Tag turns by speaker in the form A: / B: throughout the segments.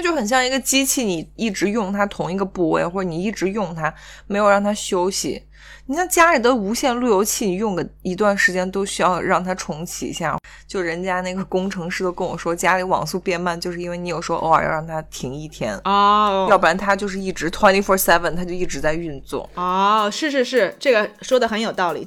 A: 就很像一个机器，你一直用它同一个部位，或者你一直用它，没有让它休息。你像家里的无线路由器，你用个一段时间都需要让它重启一下。就人家那个工程师都跟我说，家里网速变慢，就是因为你有时候偶尔要让它停一天，
B: 哦
A: 要不然它就是一直 twenty four seven，它就一直在运作。
B: 哦，是是是，这个说的很有道理。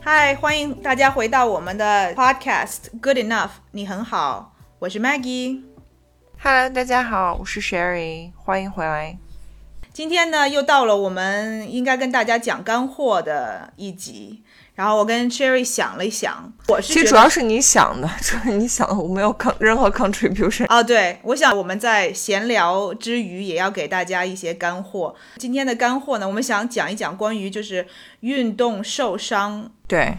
B: 嗨，欢迎大家回到我们的 podcast Good Enough，你很好，我是 Maggie。
A: Hello，大家好，我是 Sherry，欢迎回来。
B: 今天呢，又到了我们应该跟大家讲干货的一集。然后我跟 Sherry 想了一想，我是
A: 其实
B: 觉
A: 主
B: 得
A: 要是你想的， 主要是你想的，我没有 con 任何 contribution。
B: 哦，对，我想我们在闲聊之余，也要给大家一些干货。今天的干货呢，我们想讲一讲关于就是运动受伤，
A: 对，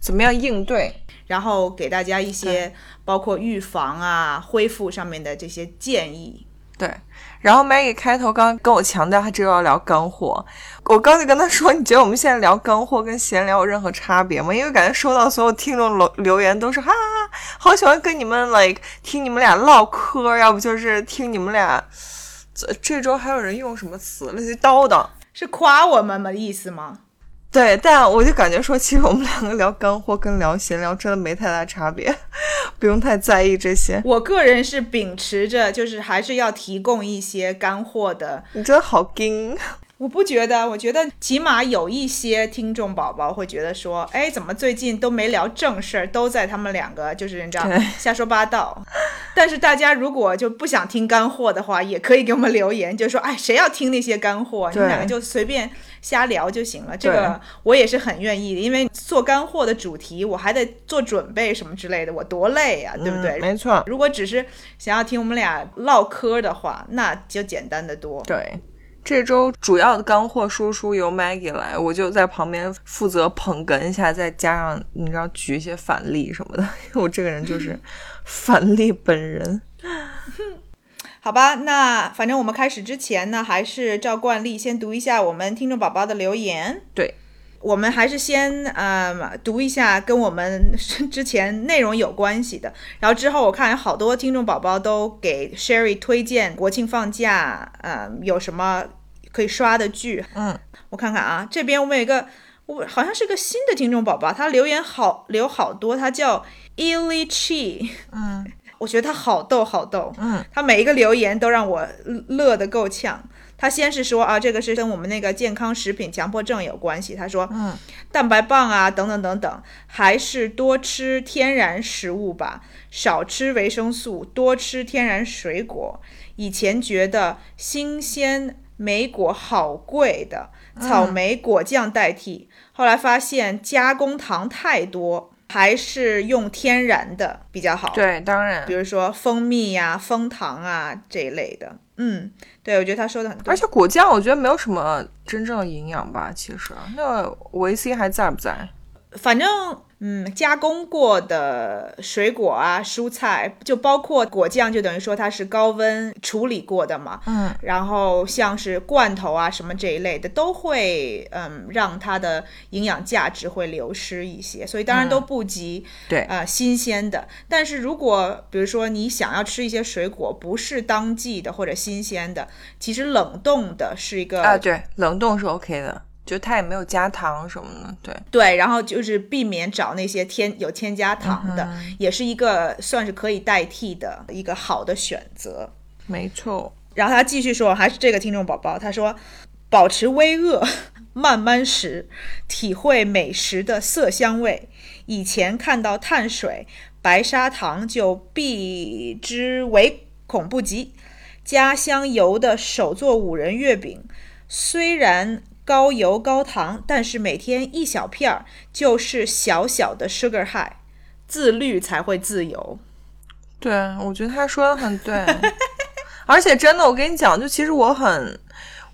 A: 怎么样应对？
B: 然后给大家一些包括预防啊、恢复上面的这些建议。
A: 对，然后 Maggie 开头刚跟我强调，她这周要聊干货。我刚就跟她说，你觉得我们现在聊干货跟闲聊有任何差别吗？因为感觉收到所有听众留留言都是哈，好喜欢跟你们 like 听你们俩唠嗑，要不就是听你们俩。这这周还有人用什么词类似于叨叨？
B: 是夸我们吗？意思吗？
A: 对，但我就感觉说，其实我们两个聊干货跟聊闲聊真的没太大差别， 不用太在意这些。
B: 我个人是秉持着，就是还是要提供一些干货的。
A: 你真的好精。
B: 我不觉得，我觉得起码有一些听众宝宝会觉得说，哎，怎么最近都没聊正事儿，都在他们两个就是你知道
A: 对
B: 瞎说八道。 但是大家如果就不想听干货的话，也可以给我们留言，就说，哎，谁要听那些干货？你
A: 对
B: 们两个就随便瞎聊就行了。这
A: 对
B: 个我也是很愿意的，因为做干货的主题，我还得做准备什么之类的，我多累呀、对不
A: 嗯
B: 对？
A: 没错。
B: 如果只是想要听我们俩唠嗑的话，那就简单的多。
A: 对，这周主要的干货输出由 Maggie 来，我就在旁边负责捧哏一下，再加上你知道举一些反例什么的， 因为我这个人就是反例本人。
B: 好吧，那反正我们开始之前呢，还是照惯例先读一下我们听众宝宝的留言。
A: 对，
B: 我们还是先呃读一下跟我们 之前内容有关系的，然后之后我看有好多听众宝宝都给 Sherry 推荐国庆放假呃有什么可以刷的剧，
A: 嗯，
B: 我看看啊，这边我们有一个我好像是个新的听众宝宝，他留言好留好多，他叫 Illy Chi，
A: 嗯
B: 我觉得他好逗好逗，
A: 嗯，
B: 他每一个留言都让我乐乐得够呛。他先是说啊，这个是跟我们那个健康食品强迫症有关系。他说，
A: 嗯，
B: 蛋白棒啊，等等等等，还是多吃天然食物吧，少吃维生素，多吃天然水果。以前觉得新鲜莓果好贵的，
A: 嗯
B: 草莓果酱代替，后来发现加工糖太多，还是用天然的比较好。
A: 对，当然
B: 比。如说蜂蜜呀、蜂糖啊这一类的。嗯，对，我觉得他说的很对
A: 而。且果酱我觉得没有什么真正的营养吧，其实那维 C 还在不在？
B: 反正嗯，加工过的水果啊、蔬菜，就包括果酱，就等于说它是高温处理过的嘛。
A: 嗯，
B: 然后像是罐头啊什么这一类的，都会嗯让它的营养价值会流失一些，所以
A: 嗯
B: 当然都不及、
A: 对
B: 呃新鲜的。但是如果比如说你想要吃一些水果，不是当季的或者新鲜的，其实冷冻的是一个
A: 啊，对，冷冻是 OK 的，就它也没有加糖什么的。对，
B: 对，然后就是避免找那些添有添加糖的，也是一个算是可以代替的一个好的选择。
A: 没错。
B: 然后他继续说，还是这个听众宝宝，他说保持微饿， 慢慢食，体会美食的色香味。以前看到碳水、白砂糖就避之唯恐不及，家乡油的手做五仁月饼，虽然高油高糖，但是每天一小片儿就是小小的 sugar high，自律才会自由。
A: 对，我觉得他说的很对，而且真的，我跟你讲，就其实我很。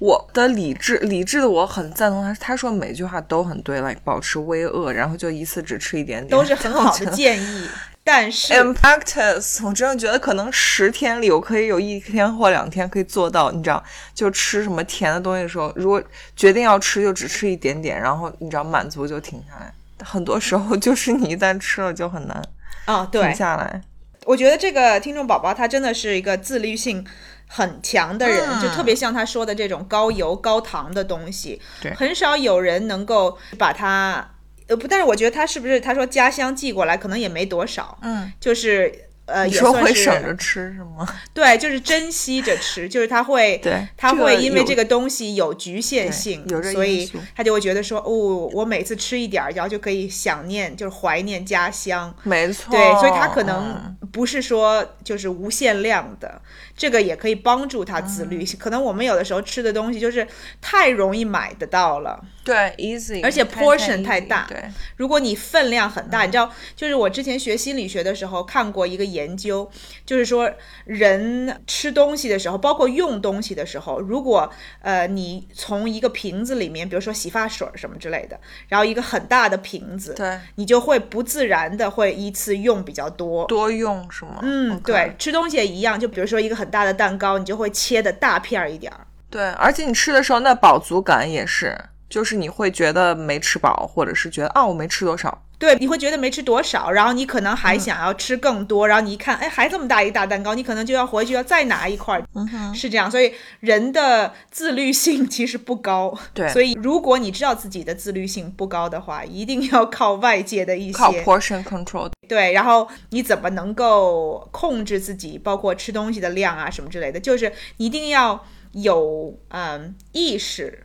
A: 我的理智，理智的我很赞同他，他说每句话都很对，like 保持微饿，然后就一次只吃一点点，
B: 都是很好的建议。但是
A: in practice，我真的觉得可能十天里，我可以有一天或两天可以做到，你知道，就吃什么甜的东西的时候，如果决定要吃，就只吃一点点，然后你知道满足就停下来。很多时候就是你一旦吃了就很难
B: 啊，对，
A: 停下来。
B: 我觉得这个听众宝宝他真的是一个自律性。很强的人，
A: 嗯
B: 就特别像他说的这种高油高糖的东西，
A: 对
B: 很少有人能够把它，呃不，但是我觉得他是不是他说家乡寄过来，可能也没多少，
A: 嗯，
B: 就是呃
A: 你
B: 也
A: 说
B: 算
A: 会
B: 是
A: 省着吃是吗？
B: 对，就是珍惜着吃，就是他会
A: 对
B: 他
A: 这个
B: 会因为
A: 有
B: 这个东西有局限
A: 对
B: 性，
A: 有这
B: 所
A: 因
B: 以
A: 素
B: 他就会觉得说，哦，我每次吃一点儿，然后就可以想念，就是怀念家乡，
A: 没错，
B: 对，所以他可
A: 嗯
B: 能不是说就是无限量的，这个也可以帮助他自律。
A: 嗯
B: 可能我们有的时候吃的东西就是太容易买得到了，
A: 对 easy，
B: 而且
A: 太
B: portion 太
A: easy，
B: 大
A: 对，
B: 如果你分量很大，
A: 嗯
B: 你知道，就是我之前学心理学的时候看过一个研究，就是说人吃东西的时候，包括用东西的时候，如果呃你从一个瓶子里面，比如说洗发水儿什么之类的，然后一个很大的瓶子，
A: 对，
B: 你就会不自然的会一次用比较多。
A: 多用是吗？
B: 嗯，
A: OK
B: 对，吃东西也一样，就比如说一个很大的蛋糕，你就会切的大片儿一点儿。
A: 对，而且你吃的时候那饱足感也是，就是你会觉得没吃饱，或者是觉得啊我没吃多少。
B: 对，你会觉得没吃多少，然后你可能
A: 嗯
B: 还想要吃更多，然后你一看，哎，还这么大一大蛋糕，你可能就要回去要再拿一块儿，
A: 嗯哼，
B: 是这样。所以人的自律性其实不高，
A: 对
B: 所以如果你知道自己的自律性不高的话，一定要靠外界的一些
A: 靠 portion control。
B: 对，然后你怎么能够控制自己，包括吃东西的量啊什么之类的，就是你一定要有嗯意识。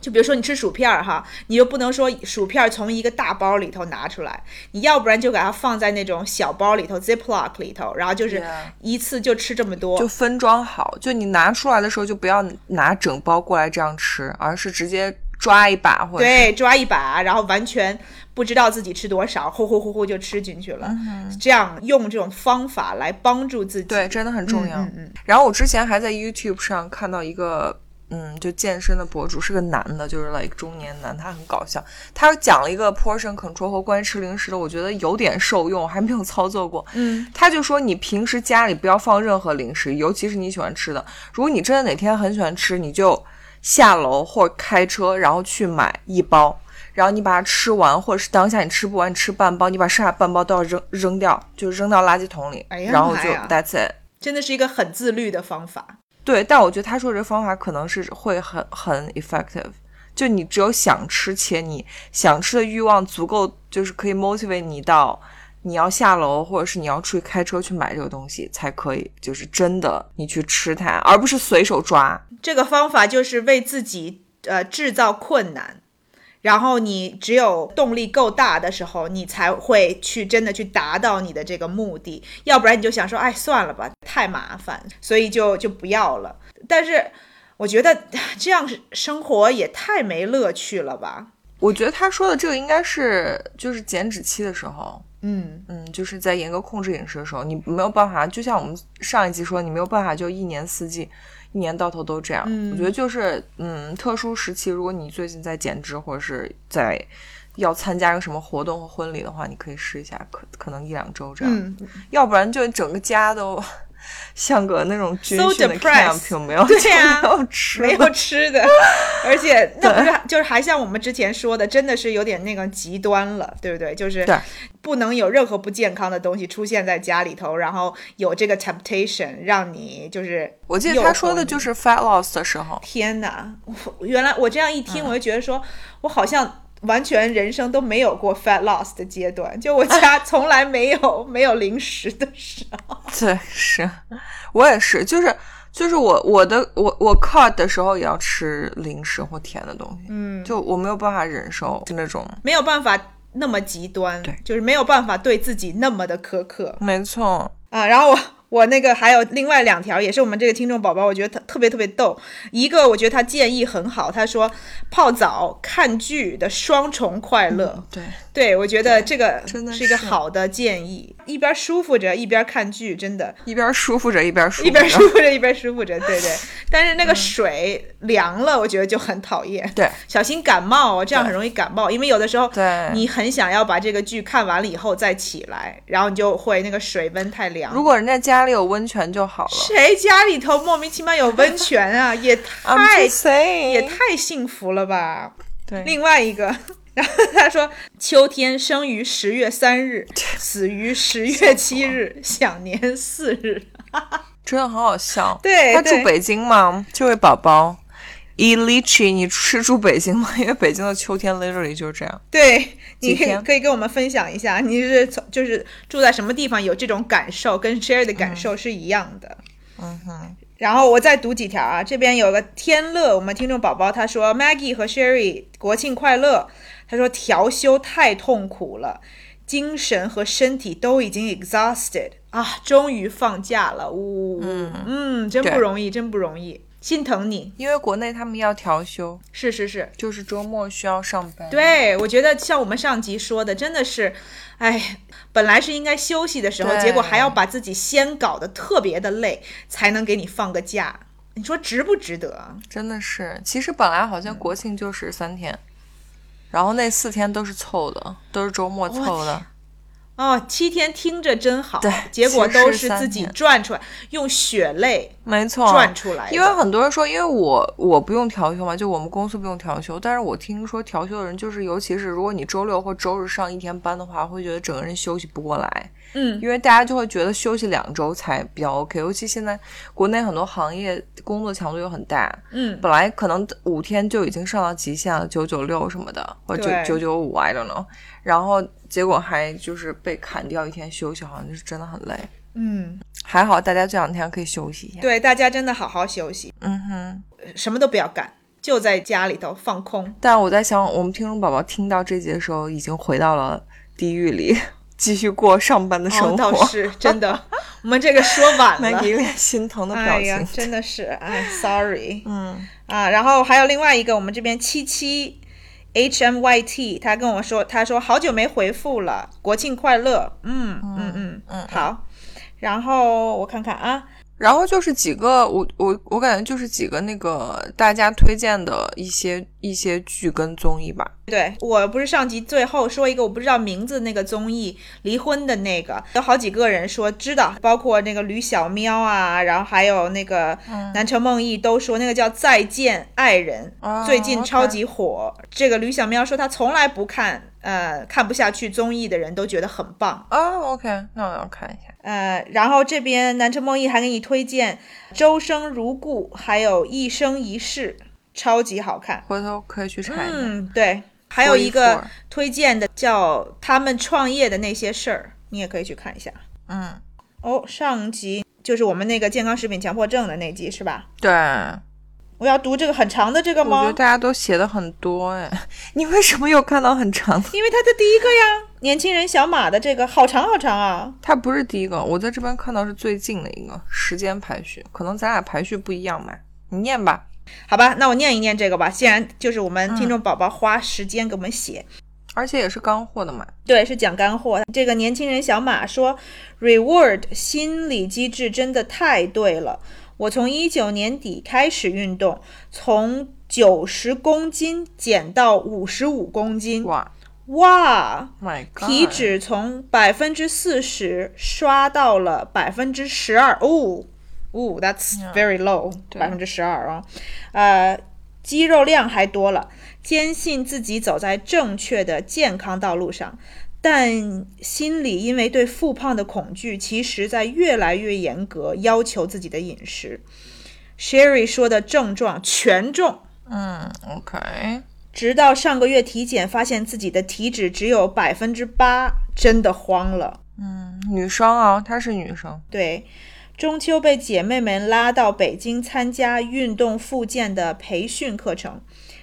B: 就比如说你吃薯片儿哈，你就不能说薯片儿从一个大包里头拿出来，你要不然就给它放在那种小包里头 Ziploc 里头，然后就是
A: Yeah
B: 一次就吃这么多。
A: 啊就分装好，就你拿出来的时候就不要拿整包过来这样吃，而是直接抓一把或者是
B: 对，抓一把，然后完全不知道自己吃多少，呼呼呼呼就吃进去了。
A: 嗯
B: 这样用这种方法来帮助自己，
A: 对，真的很重要。
B: 嗯嗯
A: 然后我之前还在 YouTube 上看到一个，嗯，就健身的博主是个男的，就是 like 中年男，他很搞笑，他讲了一个 portion control 和关于吃零食的，我觉得有点受用，我还没有操作过。
B: 嗯，
A: 他就说你平时家里不要放任何零食，尤其是你喜欢吃的。如果你真的哪天很喜欢吃，你就下楼或开车，然后去买一包。然后你把它吃完，或者是当下你吃不完，你吃半包，你把剩下半包都要扔扔掉，就扔到垃圾桶里，
B: 哎呀
A: 然后
B: 妈
A: 就
B: 呀
A: that's it。
B: 真的是一个很自律的方法。
A: 对，但我觉得他说这方法可能是会很很 effective，就你只有想吃且你想吃的欲望足够，就是可以 motivate 你到你要下楼或者是你要出去开车去买这个东西才可以，就是真的你去吃它，而不是随手抓。
B: 这个方法就是为自己呃制造困难，然后你只有动力够大的时候，你才会去真的去达到你的这个目的，要不然你就想说，哎，算了吧，太麻烦，所以就就不要了。但是我觉得这样生活也太没乐趣了吧？
A: 我觉得他说的这个应该是就是减脂期的时候，
B: 嗯，
A: 嗯，就是在严格控制饮食的时候，你没有办法，就像我们上一集说，你没有办法就一年四季、一年到头都这样。
B: 嗯
A: 我觉得就是，嗯，特殊时期，如果你最近在减脂或者是在要参加个什么活动或婚礼的话，你可以试一下，可可能一两周这样，
B: 嗯，
A: 要不然就整个家都像个那种军
B: So
A: 训的
B: depressed
A: camp，有没有？
B: 对呀
A: 就没有吃的，
B: 没有 吃的，而且那不是就是还像我们之前说的，真的是有点那个极端了，对不对？就是
A: 对
B: 不能有任何不健康的东西出现在家里头，然后有这个 temptation 让你就是。
A: 我记得他说的就是是 fat loss 的时候，
B: 天哪！我原来我这样一
A: 嗯
B: 听，我就觉得说，我好像完全人生都没有过 fat loss 的阶段，就 我家从来没有没有零食的时候。
A: 对，是我也是，就是就是我我的我我 cut 的时候也要吃零食或甜的东西，
B: 嗯，
A: 就我没有办法忍受那种。
B: 没有办法那么极端
A: 对，
B: 就是没有办法对自己那么的苛刻。
A: 没错，
B: 啊，然后我我那个还有另外两条，也是我们这个听众宝宝，我觉得特特别特别逗。一个我觉得他建议很好，他说泡澡看剧的双重快乐，
A: 嗯对，
B: 对我觉得这个
A: 真的
B: 是一个
A: 是
B: 好的建议，一边舒服着一边看剧，真的，
A: 一边舒服着一边舒服
B: 一边
A: 着，
B: 舒服着一边舒服着，对 对。但是那
A: 嗯
B: 个水凉了，我觉得就很讨厌，
A: 对
B: 小心感冒哦，这样
A: 对
B: 很容易感冒，因为有的时候
A: 对
B: 你很想要把这个剧看完了以后再起来，然后你就会那个水温太凉。
A: 如果人家家里有温泉就好了。
B: 谁家里头莫名其妙有温 泉啊，也太
A: I'm just saying，
B: 也太幸福了吧？
A: 对，
B: 另外一个，然后他说，秋天生于十月三日， 死于十月七日，享年四日。
A: 真的很好笑。
B: 对
A: 他住
B: 对
A: 北京吗？这位宝宝 e l i c h i 你是住北京吗？因 为北京的秋天 literally 就是这样。
B: 对，你
A: 几
B: 可以
A: 天
B: 可以跟我们分享一下，你是从就是住在什么地方有这种感受，跟 Sherry 的感受是一样的。
A: 嗯哼，
B: 然后我再读几条啊，这边有个天乐，我们听众宝宝他说 Maggie 和 Sherry 国庆快乐，他说调休太痛苦了，精神和身体都已经 exhausted 啊，终于放假了，呜、嗯嗯，真不
A: 对
B: 容易，真不容易，心疼你，
A: 因为国内他们要调休，
B: 是是是，
A: 就是周末需要上班。，
B: 对，我觉得像我们上集说的，真的是，哎，本来是应该休息的时候，
A: 对
B: 结果还要把自己先搞得特别的累，才能给你放个假。你说值不值得啊？
A: 真的是。其实本来好
B: 嗯
A: 像国庆就是三天，然后那四天都是凑的，都是周末凑的。
B: 哦，七天听着真好
A: 对，
B: 结果
A: 其实
B: 都
A: 是
B: 是
A: 三
B: 自己
A: 天
B: 赚出来，用血泪
A: 没错，
B: 赚出来的。
A: 因为很多人说，因为我我不用调休嘛，就我们公司不用调休，但是我听说调休的人，就是尤其是如果你周六或周日上一天班的话，会觉得整个人休息不过来，
B: 嗯，
A: 因为大家就会觉得休息两周才比较 OK，尤其现在国内很多行业工作强度又很大，
B: 嗯，
A: 本来可能五天就已经上到极限了，九九六什么的，或九
B: 对
A: 九九五，I don't know，然后结果还就是被砍掉一天休息，好像就是真的很累，
B: 嗯，
A: 还好大家这两天可以休息一下，
B: 对，大家真的好好休息，呃
A: 嗯哼。
B: 什么都不要干，就在家里头放空。
A: 但我在想，我们听众宝宝听到这节的时候，已经回到了地狱 里，继续过上班的
B: 哦，
A: 生活。
B: 倒是真的，我们这个说 晚了。
A: Maggie 一脸心疼的表
B: 哎呀
A: 情，，
B: 真的是，哎，sorry
A: 嗯，
B: 啊。然后还有另外一个，我们这边七七 H M Y T，他跟我说，他说好久没回复了，国庆快乐，嗯嗯嗯
A: 嗯
B: 好。然后我看看啊，
A: 然后就是几个，我我我感觉就是几个那个大家推荐的一些一些剧跟综艺吧。
B: 对我不是上集最后说一个我不知道名字那个综艺离婚的那个，有好几个人说知道，包括那个吕小喵啊，然后还有那个南城梦忆都说那个叫《再见爱人》，
A: 啊
B: 最近
A: OK
B: 超级火。这个吕小喵说她从来不看，呃，看不下去综艺的人都觉得很棒。
A: 啊，OK，那我要看一下。
B: 呃，然后这边南城梦忆还给你推荐《周生如故》，还有《一生一世》，超级好看。
A: 回头可以去查一下。
B: 嗯，对，还有一个
A: 44
B: 推荐的叫《他们创业的那些事儿》，你也可以去看一下。
A: 嗯，
B: 哦，上集就是我们那个健康食品强迫症的那集是吧？
A: 对，
B: 我要读这个很长的这个
A: 我觉
B: 吗
A: 得？大家都写的很多哎， 你为什么有看到很长的？
B: 因为它的第一个呀，年轻人小马的这个好长好长啊。
A: 它不是第一个，我在这边看到是最近的一个时间排序，可能咱俩排序不一样吧。你念吧。
B: 好吧，那我念一念这个吧。既然就是我们听众宝宝花时间给我们写，
A: 而且也是干货的嘛。
B: 对，是讲干货。这个年轻人小马说，reward 心理机制真的太对了。我从一九年底开始运动，从九十公斤减到五十五公斤，
A: 哇，Oh
B: 哇！
A: ，My God，
B: 体脂从百分之四十刷到了百分之十二，哦，哦，That's very low，
A: 对
B: 百分之十二啊，呃，肌肉量还多了，坚信自己走在正确的健康道路上，但心里因为对复胖的恐惧，其实在越来越严格要求自己的饮食。Sherry 说的症状全中，
A: 嗯，OK，
B: 直到上个月体检发现自己的体脂只有百分之八，真的慌了。
A: 嗯，女生啊，她是女生，
B: 对，中秋被姐妹们拉到北京参加运动复健的培训课程，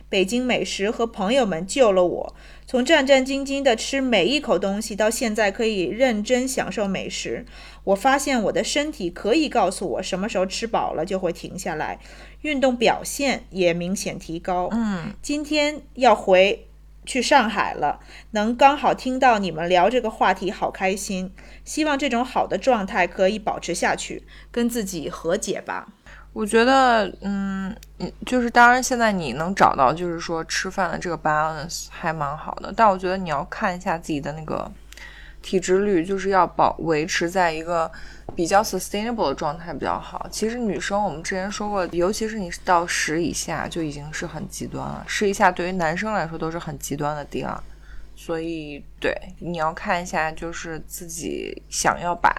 B: 北京美食和朋友们救了我，从战战兢兢的吃每一口东西，到现在可以认真享受美食。我发现我的身体可以告诉我什么时候吃饱了就会停下来，运动表现也明显提高。
A: 嗯，
B: 今天要回去上海了，能刚好听到你们聊这个话题，好开心。希望这种好的状态可以保持下去，跟自己和解吧。
A: 我觉得，嗯，嗯就是当然现在你能找到，就是说吃饭的这个 balance 还蛮好的，但我觉得你要看一下自己的那个体脂率，就是要保维持在一个比较 sustainable 的状态比较好。其实女生我们之前说过，尤其是你到十以下就已经是很极端了，十以下对于男生来说都是很极端的 D 了。所以，对你要看一下，就是自己想要把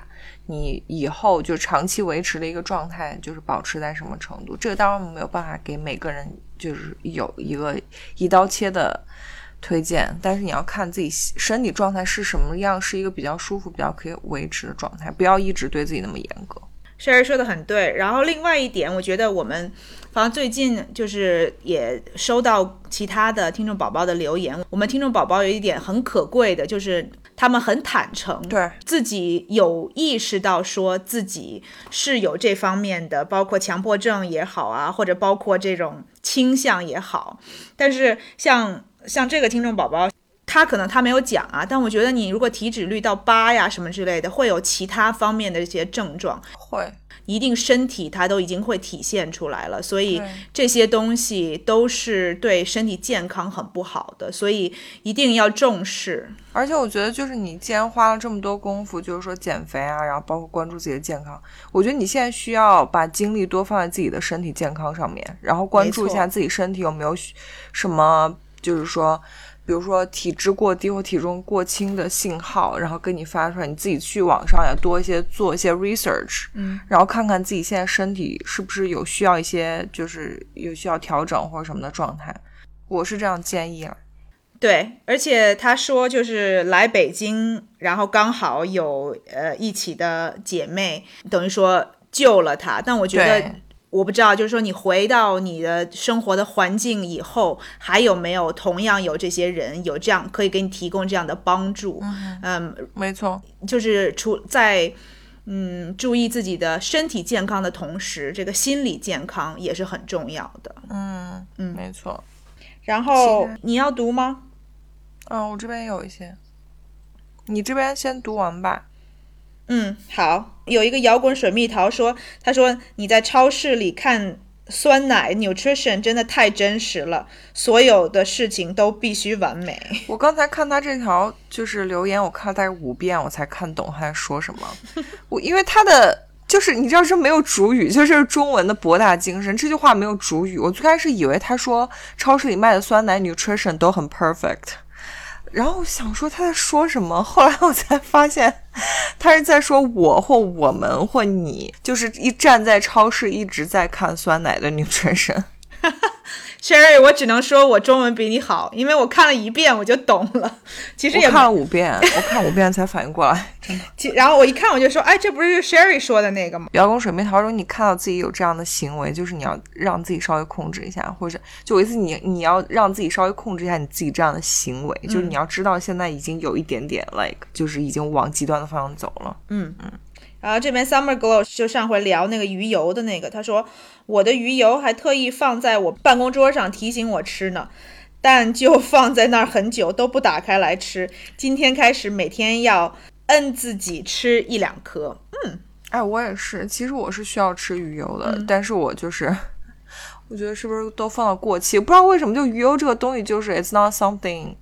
A: 你以后就长期维持的一个状态，就是保持在什么程度。这个当然我们没有办法给每个人就是有一个一刀切的推荐，但是你要看自己身体状态是什么样，是一个比较舒服、比较可以维持的状态，不要一直对自己那么严格。
B: Sherry 说的很对，然后另外一点，我觉得我们反正最近就是也收到其他的听众宝宝的留言，我们听众宝宝有一点很可贵的，就是他们很坦诚，
A: 对，
B: 自己有意识到说自己是有这方面的，包括强迫症也好啊，或者包括这种倾向也好。但是像像这个听众宝宝，他可能他没有讲啊，但我觉得你如果体脂率到八呀什么之类的，会有其他方面的一些症状，
A: 会，
B: 一定身体它都已经会体现出来了，所以
A: 对
B: 这些东西都是对身体健康很不好的，所以一定要重视。
A: 而且我觉得，就是你既然花了这么多功夫，就是说减肥啊，然后包括关注自己的健康，我觉得你现在需要把精力多放在自己的身体健康上面，然后关注一下
B: 没错
A: 自己身体有没有需什么，就是说，比如说体脂过低或体重过轻的信号，然后跟你发出来，你自己去网上也多一些做一些 research，
B: 嗯，
A: 然后看看自己现在身体是不是有需要一些，就是有需要调整或者什么的状态，我是这样建议啊。
B: 对，而且他说就是来北京，然后刚好有呃一起的姐妹，等于说救了他。但我觉得
A: 对
B: 我不知道，就是说你回到你的生活的环境以后，还有没有同样有这些人有这样可以给你提供这样的帮助？嗯，
A: 没错，
B: 就是除在嗯注意自己的身体健康的同时，这个心理健康也是很重要的。
A: 嗯
B: 嗯
A: 没错。
B: 然后
A: 其他
B: 你要读吗？
A: 嗯，我这边有一些，你这边先读完吧。
B: 嗯，好，有一个摇滚水蜜桃说，他说你在超市里看酸奶 nutrition 真的太真实了，所有的事情都必须完美。
A: 我刚才看他这条就是留言，我看了大概五遍，我才看懂他在说什么。我因为他的就是你知道这没有主语，就是中文的博大精深。这句话没有主语，我最开始以为他说超市里卖的酸奶 nutrition 都很 perfect，然后我想说他在说什么，后来我才发现他是在说我或我们或你，就是一站在超市一直在看酸奶的 nutrition。
B: Sherry，我只能说我中文比你好，因为我看了一遍我就懂了，其实
A: 我
B: 也
A: 看了五遍， 我看五遍才反应过来。
B: 其然后我一看我就说，哎，这不是 Sherry 说的那个吗？
A: 摇滚水蜜桃，如果你看到自己有这样的行为，就是你要让自己稍微控制一下，或者就有一次你你要让自己稍微控制一下你自己这样的行为，就是你要知道现在已经有一点点 like，就是已经往极端的方向走了。
B: 嗯然后这边 Summer Glow 就上回聊那个鱼油的那个，他说我的鱼油还特意放在我办公桌上提醒我吃呢，但就放在那儿很久都不打开来吃。今天开始每天要摁自己吃一两颗。
A: 哎，我也是，其实我是需要吃鱼油的，但是我就是。我觉得是不是都放到过期？不知道为什么，就鱼油这个东西，就是 it's not something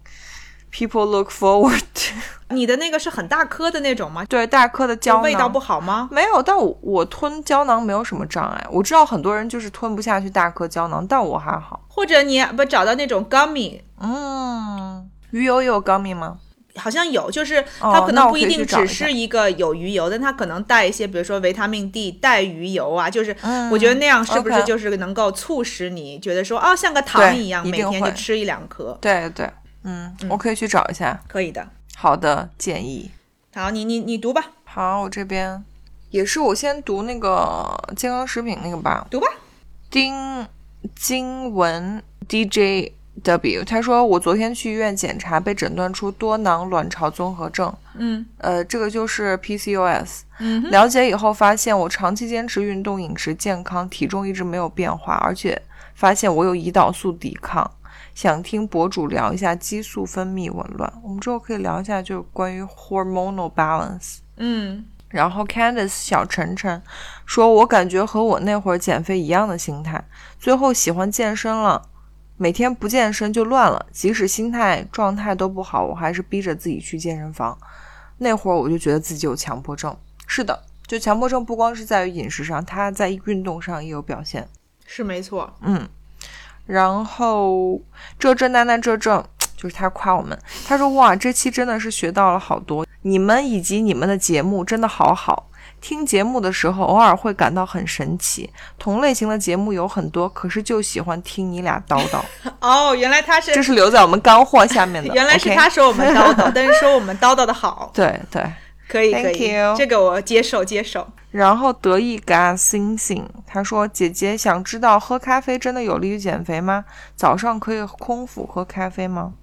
A: people look forward to。
B: 你的那个是很大颗的那种吗？
A: 对，大颗的胶
B: 就
A: 囊，
B: 味道不好吗？
A: 没有，但我我吞胶囊没有什么障碍。我知道很多人就是吞不下去大颗胶囊，但我还好。
B: 或者你不找到那种 gummy，
A: 嗯，鱼油也有高敏吗？
B: 好像有，就是
A: 哦
B: 它可
A: 那
B: 能
A: 我
B: 不
A: 可以去
B: 定
A: 找
B: 只
A: 一
B: 是
A: 下
B: 一个有鱼油，但它可能带一些，比如说维他命 D 带鱼油啊，就是
A: 嗯
B: 我觉得那样是不是
A: OK
B: 就是能够促使你觉得说哦，像个糖
A: 对
B: 一样，
A: 一
B: 每
A: 定
B: 天就
A: 会
B: 吃一两颗，
A: 对对，嗯，我可以去找一下。
B: 可以的。
A: 好的，建议。
B: 好，你你你读吧，
A: 好，我这边也是，我先读那个健康食品那个吧。
B: 读吧。
A: 丁金文 DJ W，他说我昨天去医院检查，被诊断出多囊卵巢综合症，
B: 嗯
A: 呃，这个就是 PCOS。
B: 嗯哼
A: 了解以后发现，我长期坚持运动、饮食健康，体重一直没有变化，而且发现我有胰岛素抵抗。想听博主聊一下激素分泌紊乱，我们之后可以聊一下就是关于 hormonal balance。
B: 嗯
A: 然后 Candice 小晨晨说：“我感觉和我那会儿减肥一样的心态，最后喜欢健身了，每天不健身就乱了。即使心态状态都不好，我还是逼着自己去健身房。那会儿我就觉得自己有强迫症。是的，就强迫症不光是在于饮食上，它在运动上也有表现。
B: 是没错，
A: 嗯，然后这这那那这这，就是他夸我们，他说哇，这期真的是学到了好多，你们以及你们的节目真的好好。听节目的时候，偶尔会感到很神奇。同类型的节目有很多，可是就喜欢听你俩叨 叨。
B: 哦，原来他是
A: 这是留在我们干货下面的。
B: 原来是
A: OK
B: 他说我们叨叨，但是说我们叨叨的好，
A: 对对，
B: 可以可
A: Thank
B: 以
A: you，
B: 这个我接受接受。
A: 然后得意嘎星星，他说：“姐姐想知道喝咖啡真的有利于减肥吗？早上可以空腹喝咖啡吗？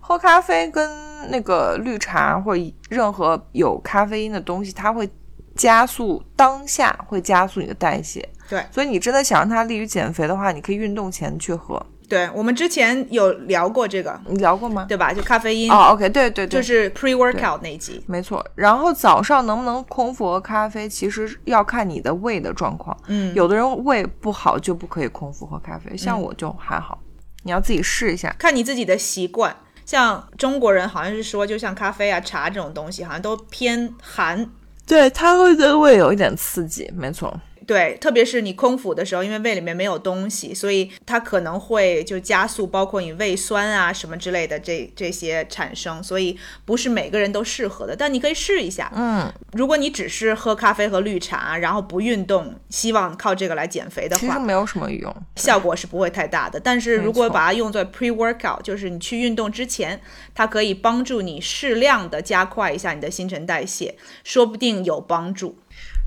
A: 喝咖啡跟那个绿茶或者任何有咖啡因的东西，它会加速当下会加速你的代谢。
B: 对
A: 所以你真的想让它利于减肥的话，你可以运动前去喝。
B: 对我们之前有聊过这个，
A: 你聊过吗？
B: 对吧？就咖啡因，
A: 哦，OK，对对对，
B: 就是 pre workout 那一集。
A: 没错。然后早上能不能空腹喝咖啡，其实要看你的胃的状况。
B: 嗯，
A: 有的人胃不好就不可以空腹喝咖啡，像我就还好，你要自己试一下。
B: 看你自己的习惯。像中国人好像是说，就像咖啡啊、茶这种东西，好像都偏寒。
A: 对，它会对胃有一点刺激，没错。
B: 对，特别是你空腹的时候，因为胃里面没有东西，所以它可能会就加速，包括你胃酸啊什么之类的这这些产生，所以不是每个人都适合的。但你可以试一下，
A: 嗯，
B: 如果你只是喝咖啡和绿茶，然后不运动，希望靠这个来减肥的
A: 其实
B: 话，
A: 没有什么用。
B: 效果是不会太大的。但是如果
A: 没错
B: 把它用作 pre workout，就是你去运动之前，它可以帮助你适量的加快一下你的新陈代谢，说不定有帮助。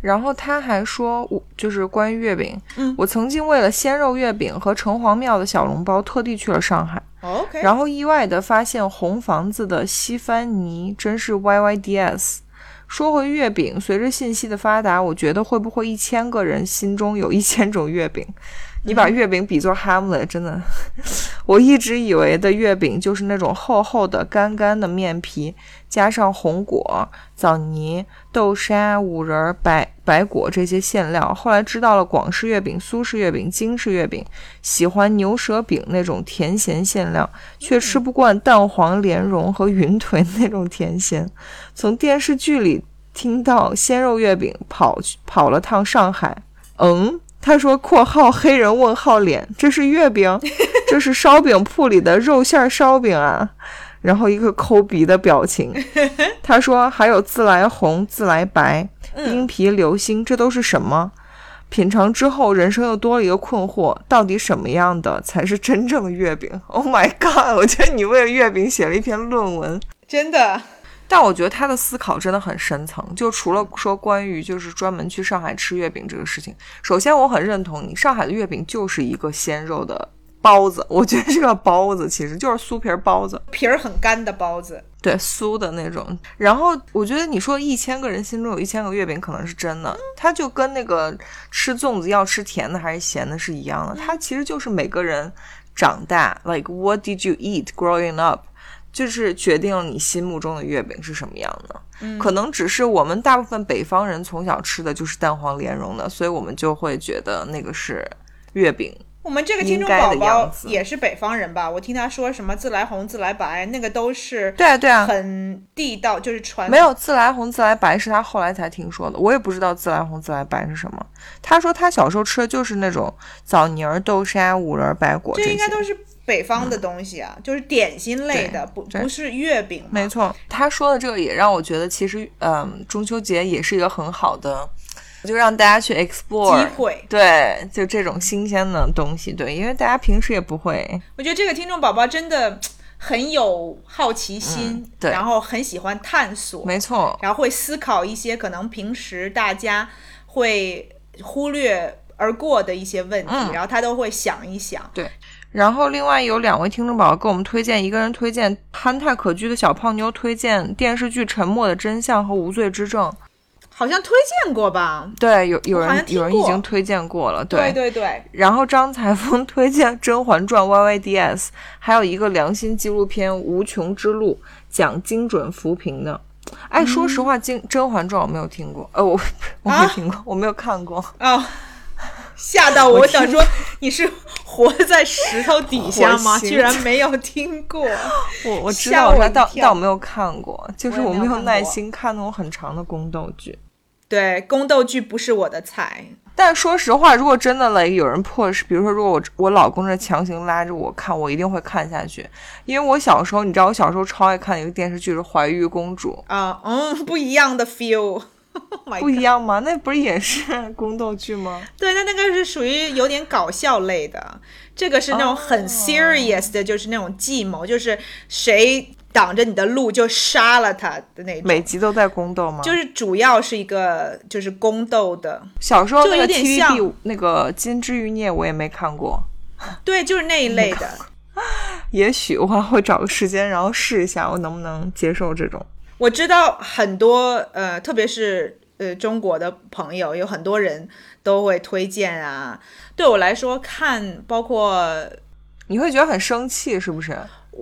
A: 然后他还说，我就是关于月饼，
B: 嗯
A: 我曾经为了鲜肉月饼和城隍庙的小笼包特地去了上海，
B: OK，
A: 然后意外的发现红房子的西番泥真是 YYDS。说回月饼，随着信息的发达，我觉得会不会一千个人心中有一千种月饼？你把月饼比作 Hamlet，真的， 我一直以为的月饼就是那种厚厚的、干干的面皮，加上红果、枣泥、豆沙、五仁儿、白白果这些馅料。后来知道了广式月饼、苏式月饼、京式月饼，喜欢牛舌饼那种甜咸馅料，却吃不惯蛋黄莲蓉和云腿 那种甜咸。从电视剧里听到鲜肉月饼跑去跑了趟上海，嗯，他说（括号黑人问号脸）这是月饼，这是烧饼铺里的肉馅儿烧饼啊。然后一个抠鼻的表情，他说还有自来红、自来白、冰皮流心，这都是什么？品尝之后，人生又多了一个困惑：到底什么样的才是真正的月饼？Oh my god！我觉得你为了月饼写了一篇论文，
B: 真的，
A: 但我觉得他的思考真的很深层。就除了说关于就是专门去上海吃月饼这个事情，首先我很认同你，上海的月饼就是一个鲜肉的包子，我觉得这个包子其实就是酥皮儿包子。
B: 皮儿很干的包子。
A: 对酥的那种。然后我觉得你说一千个人心中有一千个月饼，可能是真的。它就跟那个吃粽子要吃甜的还是咸的是一样的，它其实就是每个人长大，like what did you eat growing up。就是决定了你心目中的月饼是什么样的，可能只是我们大部分北方人从小吃的就是蛋黄莲蓉的，所以我们就会觉得那个是月饼。
B: 我们这个听众
A: 应该
B: 宝
A: 的
B: 宝
A: 样子
B: 也是北方人吧？我听他说什么自来红、自来白，那个都是
A: 对啊，对啊，
B: 很地道，就是传
A: 没有自来红、自来白是他后来才听说的，我也不知道自来红、自来白是什么。他说他小时候吃的就是那种枣泥儿、豆沙、五仁儿、白果
B: 这
A: 些
B: 应该。都是北方的东西啊，就是点心类的，不
A: 对
B: 不是月饼嘛。
A: 没错，他说的这个也让我觉得，其实，嗯，中秋节也是一个很好的，就让大家去 explore
B: 机会，
A: 对，就这种新鲜的东西，对，因为大家平时也不会，
B: 我觉得这个听众宝宝真的很有好奇心，
A: 嗯对
B: 然后很喜欢探索，
A: 没错，
B: 然后会思考一些可能平时大家会忽略而过的一些问题，
A: 嗯
B: 然后他都会想一想。
A: 然后另外有两位听众宝宝给我们推荐，一个人推荐憨态可掬的小胖妞推荐电视剧《沉默的真相》和《无罪之证》。
B: 好像推荐过吧？
A: 对，有有
B: 我好
A: 人
B: 像听
A: 有人已
B: 过
A: 经推荐过了，
B: 对对对，
A: 然后张采风推荐《甄嬛传》YYDS，还有一个良心纪录片《无穷之路》，讲精准扶贫的。哎，说实话，《精甄嬛传》我没有听过，呃，我我没
B: 嗯啊
A: 听过，我 没有看过。
B: 哦，吓到我！
A: 我
B: 我
A: 听
B: 想说，你是活在石头底下
A: 火
B: 吗？
A: 星
B: 居然没有听过。
A: 我我知
B: 吓
A: 道
B: 我
A: 它，
B: 一
A: 但
B: 跳
A: 但我没有看过，就是
B: 我
A: 我
B: 也没有
A: 没有
B: 看
A: 耐
B: 过
A: 心看那种很长的宫斗剧。
B: 对，宫斗剧不是我的菜。
A: 但说实话，如果真的来有人迫使，比如说，如果我我老公这强行拉着我看，我一定会看下去，因为我小时候，你知道，我小时候超爱看一个电视剧是《怀玉公主》。
B: 啊、嗯，不一样的 feel。My Oh
A: 不
B: God
A: 一样吗？那不是也是 宫斗剧吗？
B: 对，那那个是属于有点搞笑类的，这个是那种很 serious 的，就是那种计谋，就是谁挡着你的路就杀了他的那种。
A: 每集都在宫斗吗？
B: 就是主要是一个就是宫斗的，
A: 小时候
B: 就
A: 那个
B: 有点
A: TVB
B: 像
A: 那个《金枝欲孽》，我也没看过。
B: 对，就是那一类的。
A: 也许我还会找个时间，然后试一下，我能不能接受这种。
B: 我知道很多呃，特别是呃中国的朋友，有很多人都会推荐啊。对我来说，看包括
A: 你会觉得很生气，是不是？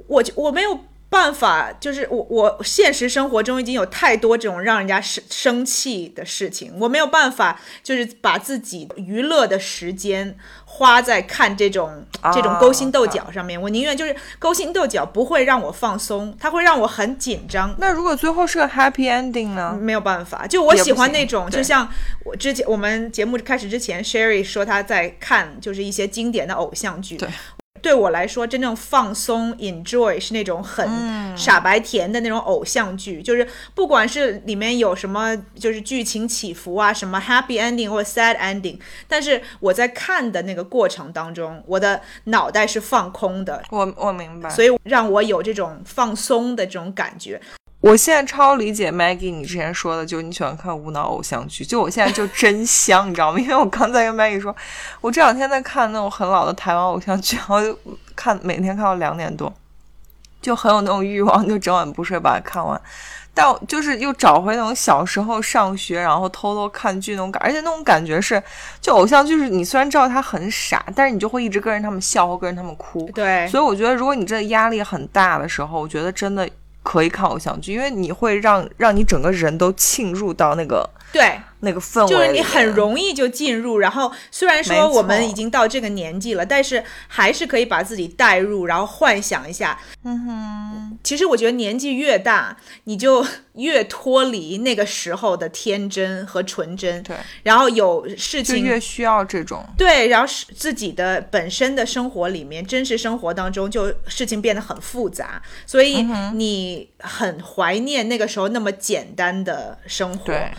B: 我就我没有办法，就是我我现实生活中已经有太多这种让人家生生气的事情，我没有办法，就是把自己娱乐的时间花在看这种
A: 啊
B: 这种勾心斗角上面。我宁愿就是勾心斗角不会让我放松，它会让我很紧张。
A: 那如果最后是个 happy ending 呢？
B: 没有办法，就我
A: 也不
B: 喜欢
A: 行
B: 那种，
A: 对
B: 就像我之前我们节目开始之前，Sherry 说她在看就是一些经典的偶像剧。
A: 对，
B: 对我来说，真正放松 enjoy 是那种
A: 嗯
B: 很傻白甜的那种偶像剧，就是不管是里面有什么就是剧情起伏啊，什么 happy ending 或 sad ending，但是我在看的那个过程当中，我的脑袋是放空的。
A: 我我明白。
B: 所以让我有这种放松的这种感觉，
A: 我现在超理解 Maggie 你之前说的，就你喜欢看无脑偶像剧，就我现在就真香， 你知道吗？因为我刚才跟 Maggie 说，我这两天在看那种很老的台湾偶像剧，然后就看每天看到两点多，就很有那种欲望，就整晚不睡把它看完。但我就是又找回那种小时候上学然后偷偷看剧那种感，而且那种感觉是，就偶像剧是你虽然知道它很傻，但是你就会一直跟着他们笑或跟着他们哭。
B: 对，
A: 所以我觉得，如果你真的压力很大的时候，我觉得真的可以看偶像剧，因为你会让让你整个人都浸入到那个
B: 对，
A: 那个氛围里
B: 就
A: 面，
B: 是你很容易就进入，然后虽然
A: 没错
B: 说我们已经到这个年纪了，但是还是可以把自己带入，然后幻想一下。嗯哼，其实我觉得年纪越大，你就越脱离那个时候的天真和纯真，
A: 对，
B: 然后有事
A: 就
B: 情
A: 越需要这种。
B: 对，然后是自己的本身的生活里面，真实生活当中，就事情变得很复杂，所
A: 嗯
B: 以你很怀念那个时候那么简单的生活。
A: 对，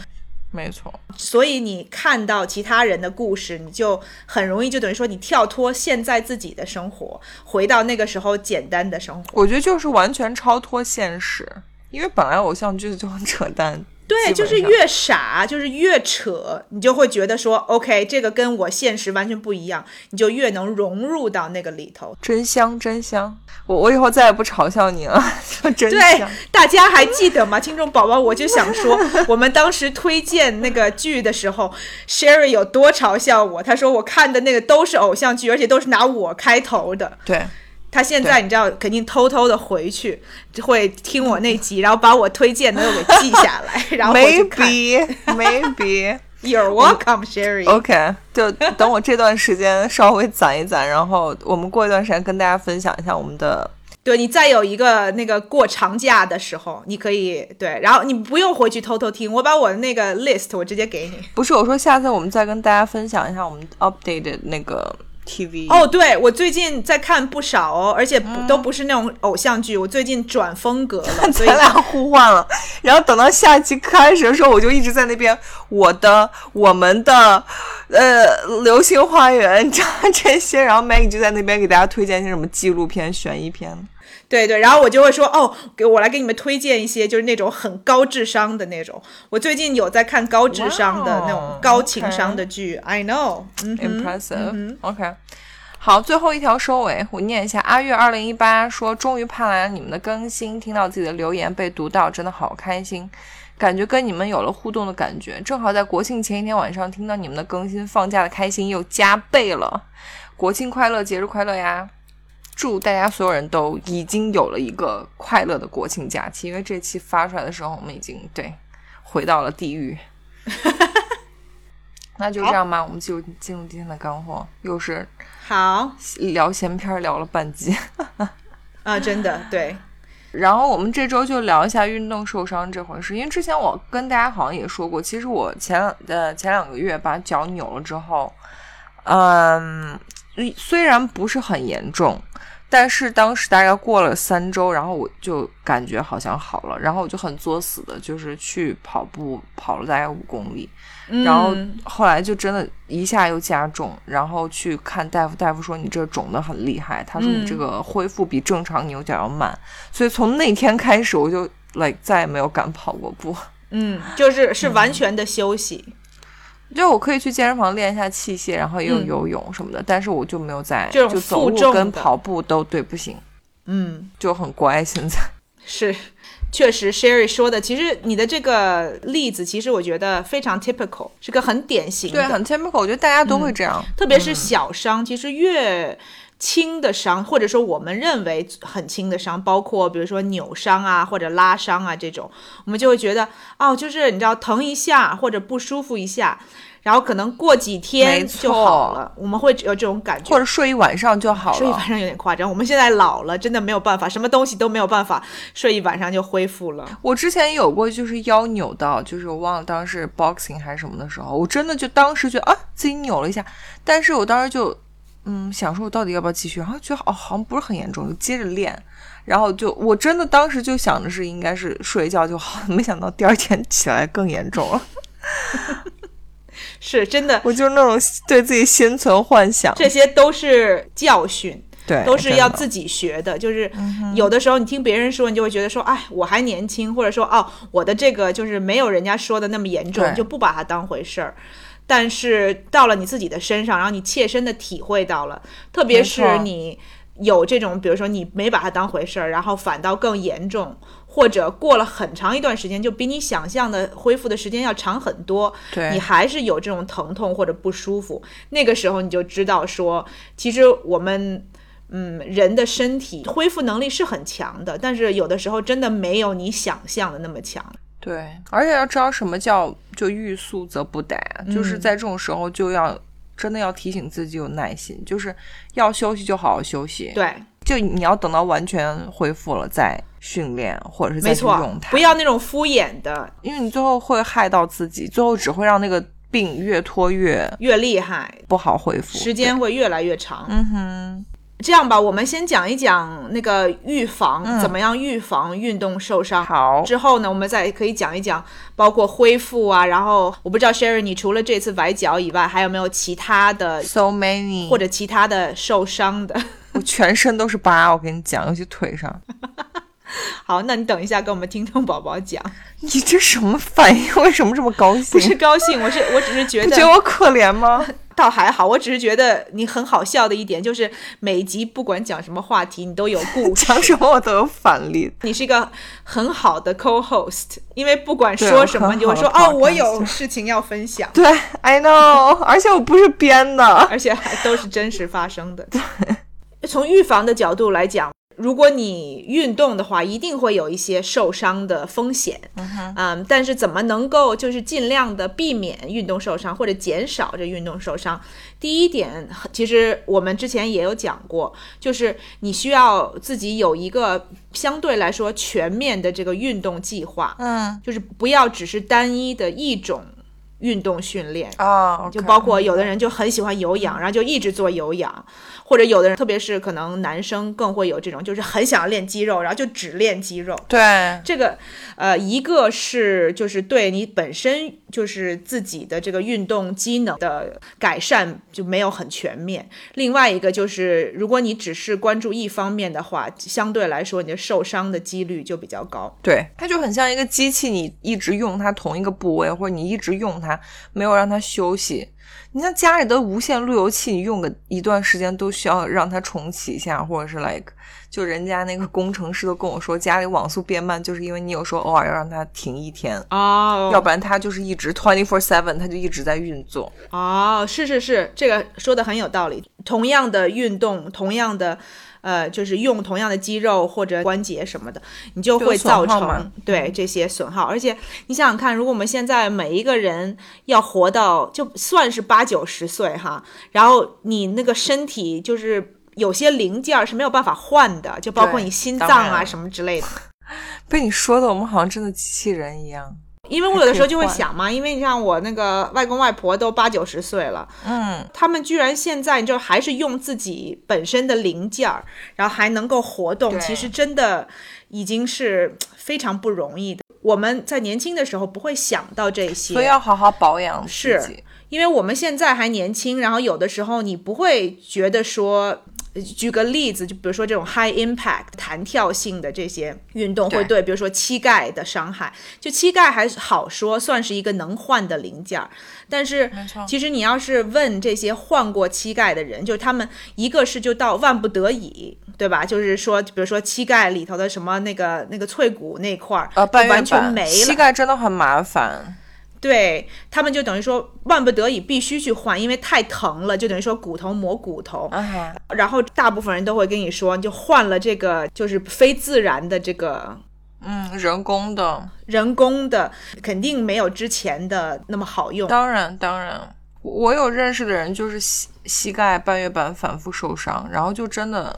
A: 没错。
B: 所以你看到其他人的故事，你就很容易就等于说你跳脱现在自己的生活，回到那个时候简单的生活。
A: 我觉得就是完全超脱现实，因为本来偶像剧就很扯淡。
B: 对，
A: 基
B: 就
A: 本
B: 是
A: 上
B: 越傻，就是越扯，你就会觉得说，OK，这个跟我现实完全不一样，你就越能融入到那个里头。
A: 真香，真香！我我以后再也不嘲笑你了， 说真
B: 对
A: 香。，
B: 大家还记得吗？听众宝宝，我就想说，我们当时推荐那个剧的时候，Sherry 有多嘲笑我，他说我看的那个都是偶像剧，而且都是拿我开头的。
A: 对，
B: 他现在你知道，肯定偷偷的回去，会听我那集，然后把我推荐的都给记下来， 然后回去看。
A: maybe maybe。
B: You're welcome, Sherry。
A: OK，就等我这段时间稍微攒一攒，然后我们过一段时间跟大家分享一下我们的。
B: 对你再有一个那个过长假的时候，你可以对，然后你不用回去偷偷听，我把我的那个 list 我直接给你。
A: 不是我说，下次我们再跟大家分享一下我们 updated 那个 TV。
B: 哦，对，我最近在看不少哦，而且不、
A: 嗯
B: 都不是那种偶像剧，我最近转风格 了，所 以
A: 咱俩互换了，然后等到下期开始的时候，我就一直在那边我的、我们的，呃，流星花园这这些，然后 Maggie 就在那边给大家推荐一些什么纪录片、悬疑片。
B: 对对，然后我就会说哦，给我来给你们推荐一些就是那种很高智商的那种。我最近有在看高智商的那
A: 哇哦
B: 种高情商的剧。I know，嗯哼
A: Impressive、OK，好，最后一条收尾，我念一下。阿月二零一八说，终于盼来了你们的更新，听到自己的留言被读到，真的好开心，感觉跟你们有了互动的感觉。正好在国庆前一天晚上听到你们的更新，放假的开心又加倍了。国庆快乐，节日快乐呀！祝大家所有人都已经有了一个快乐的国庆假期，因为这期发出来的时候，我们已经对回到了地狱。那就这样吧，我们就进入今天的干货，又是
B: 好
A: 聊闲篇儿聊了半集，
B: 啊，真的对，
A: 然后我们这周就聊一下运动受伤这回事，因为之前我跟大家好像也说过，其实我前两呃前两个月把脚扭了之后，嗯，虽然不是很严重，但是当时大概过了三周，然后我就感觉好像好了，然后我就很作死的，就是去跑步，跑了大概五公里，
B: 嗯
A: 然后后来就真的一下又加重，然后去看大夫，大夫说你这肿得很厉害，他说你这
B: 嗯
A: 个恢复比正常牛角要慢，所以从那天开始我就 like 再也没有敢跑过步，
B: 嗯，就是是完全的休息，
A: 就我可以去健身房练一下器械，然后也有
B: 嗯
A: 游泳什么的，但是我就没有再
B: 这
A: 就
B: 种
A: 走
B: 负重
A: 路跟
B: 的
A: 跑步都对不行，
B: 嗯，
A: 就很乖现在。
B: 是。确实，Sherry 说的，其实你的这个例子，其实我觉得非常 typical，是个很典型的，
A: 对，嗯很 typical，我觉得大家都会这样。
B: 特别是小伤，其实越轻的伤，或者说我们认为很轻的伤，包括比如说扭伤啊或者拉伤啊这种，我们就会觉得哦，就是你知道疼一下或者不舒服一下，然后可能过几天
A: 没错
B: 就好了，我们会有这种感觉。
A: 或者睡一晚上就好
B: 睡一
A: 了
B: 晚，上有点夸张，我们现在老了，真的没有办法，什么东西都没有办法，睡一晚上就恢复了。
A: 我之前有过，就是腰扭到，就是我忘了当时 boxing 还是什么的时候，我真的就当时觉得啊自己扭了一下，但是我当时就嗯想说我到底要不要继续，然后觉得哦好像不是很严重，就接着练，然后就我真的当时就想着是应该是睡一觉就好，没想到第二天起来更严重了，
B: 是真的，
A: 我就是那种 对自己心存幻想，
B: 这些都是教训。
A: 对，
B: 都是要
A: 真的嗯
B: 自己学的，就是有的时候你听别人说，你就会觉得说，哎，我还年轻，或者说哦，我的这个就是没有人家说的那么严重，
A: 对
B: 你就不把它当回事儿。但是到了你自己的身上，然后你切身的体会到了，特别
A: 没错
B: 是你有这种，比如说你没把它当回事儿，然后反倒更严重，或者过了很长一段时间，就比你想象的恢复的时间要长很多，
A: 对
B: 你还是有这种疼痛或者不舒服，那个时候你就知道说，其实我们。嗯，人的身体恢复能力是很强的，但是有的时候真的没有你想象的那么强。
A: 对，而且要知道什么叫就欲速则不达，
B: 嗯
A: 就是在这种时候就要真的要提醒自己有耐心，就是要休息就好好休息，，
B: 对，
A: 就你要等到完全恢复了再训练或者是
B: 没
A: 再去
B: 错
A: 用，它
B: 不，要那种敷衍的，
A: 因为你最后会害到自己，最后只会让那个病越拖越
B: 越厉害，
A: 不好恢复，
B: 时间会越来越长。
A: 对，嗯哼，
B: 这样吧，我们先讲一讲那个预防，怎么样预防运动受伤。
A: 嗯好，
B: 之后呢，我们再可以讲一讲，包括恢复啊，然后我不知道 Sherry，你除了这次崴脚以外，还有没有其他的
A: so many，
B: 或者其他的受伤的？
A: 我全身都是疤，我跟你讲，尤其腿上，
B: 好，那你等一下跟我们听众宝宝讲。
A: 你这什么反应？为什么这么高兴？
B: 不是高兴，我是我只是觉
A: 你觉得
B: 得
A: 我可怜吗？
B: 倒还好，我只是觉得你很好笑的一点就是每一集不管讲什么话题，你都有故事。
A: 讲什么我都有反例。
B: 你是一个很好的 co-host，因为不管
A: 对
B: 说
A: 我
B: 什么，
A: 很
B: 你就会
A: 好
B: 说
A: 的
B: 哦，我有
A: podcaster
B: 事情要分 享，
A: 对，I know，而且我不是编的。
B: 而且还都是真实发生的。 从预防的角度来讲，如果你运动的话，一定会有一些受伤的风险。嗯但是怎么能够就是尽量的避免运动受伤或者减少这运动受伤？第一点，其实我们之前也有讲过，就是你需要自己有一个相对来说全面的这个运动计划。
A: 嗯
B: 就是不要只是单一的一种运动训练。
A: 啊，
B: 就包括有的人就很喜欢有氧，然后就一直做有氧，或者有的人，特别是可能男生更会有这种，就是很想练肌肉，然后就只练肌肉。
A: 对
B: 这个，呃，一个是就是对你本身就是自己的这个运动机能的改善就没有很全面，另外一个就是如果你只是关注一方面的话，相对来说你的受伤的几率就比较高。
A: 对，它就很像一个机器，你一直用它同一个部位，或者你一直用它，没有让它休息，你像家里的无线路由器，你用个一段时间都需要让它重启一下，或者是 like，就人家那个工程师都跟我说，家里网速变慢，就是因为你有时候偶尔要让它停一天，
B: 哦
A: 要不然它就是一直 twenty four seven，它就一直在运作。
B: 哦，是是是，这个说的很有道理。同样的运动，同样的，呃，就是用同样的肌肉或者关节什么的，你就
A: 就
B: 会
A: 损耗
B: 造成
A: 嘛嗯
B: 对这些损耗。而且你想想看，如果我们现在每一个人要活到就算是八九十岁哈，然后你那个身体就是有些零件儿是没有办法换的，就包括
A: 对
B: 你心
A: 当
B: 脏
A: 然
B: 啊
A: 了
B: 什么之类的。
A: 被你说的，我们好像真的机器人一样。
B: 因为我有的时候就会
A: 还可以换
B: 想嘛，因为你像我那个外公外婆都八九十岁了，
A: 嗯，
B: 他们居然现在就还是用自己本身的零件儿，然后还能够活动，
A: 对
B: 其实真的已经是呃非常不容易的。我们在年轻的时候不会想到这
A: 所以
B: 些，
A: 要好好保养
B: 是
A: 自己。
B: 因为我们现在还年轻，然后有的时候你不会觉得说。呃举个例子，就比如说这种 high impact 弹跳性的这些运动，
A: 对
B: 会对比如说膝盖的伤害，就膝盖还好说，算是一个能换的零件儿，但是
A: 没错
B: 其实你要是问这些换过膝盖的人，就是他们一个是就到万不得已，对吧？就是说，比如说膝盖里头的什么那个那个脆骨那块儿，
A: 呃，半
B: 就
A: 月
B: 完全
A: 板
B: 没
A: 膝
B: 了。
A: 盖真的很麻烦。
B: 对他们就等于说万不得已必须去换，因为太疼了，就等于说骨头磨骨头。
A: 啊哈，
B: 然后大部分人都会跟你说，就换了这个就是非自然的这个
A: 嗯，人工的，
B: 人工的，肯定没有之前的那么好用。
A: 当然当然，我我有认识的人就是膝膝盖半月板反复受伤，然后就真的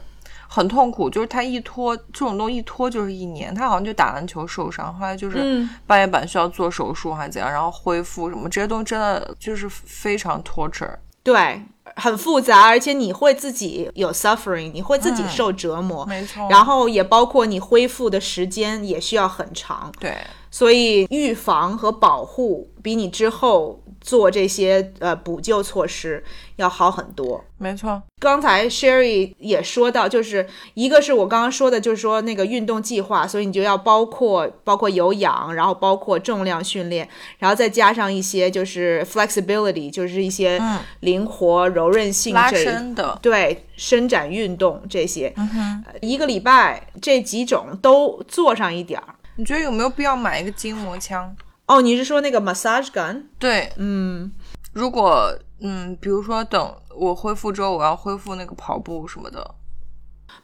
A: 很痛苦，就是他一拖这种东西一拖就是一年，他好像就打篮球受伤，后来就是
B: 嗯
A: 半月板需要做手术还是怎样，然后恢复什么这些东西真的就是非常 torture。
B: 对，很复杂，而且你会自己有 suffering，你会自己受折磨，
A: 没错
B: 然后也包括你恢复的时间也需要很长，
A: 对，
B: 所以预防和保护比你之后做这些呃补救措施要好很多。
A: 没错，
B: 刚才 Sherry 也说到，就是一个是我刚刚说的，就是说那个运动计划，所以你就要包括包括有氧，然后包括重量训练，然后再加上一些就是 flexibility，就是一些
A: 嗯
B: 灵活、柔韧性
A: 拉
B: 这一
A: 伸的，
B: 对伸展运动这些，
A: 嗯哼，
B: 呃一个礼拜这几种都做上一点儿。
A: 你觉得有没有必要买一个筋膜枪？
B: 哦，你是说那个 massage gun？
A: 对，
B: 嗯，
A: 如果嗯，比如说等我恢复之后，我要恢复那个跑步什么的，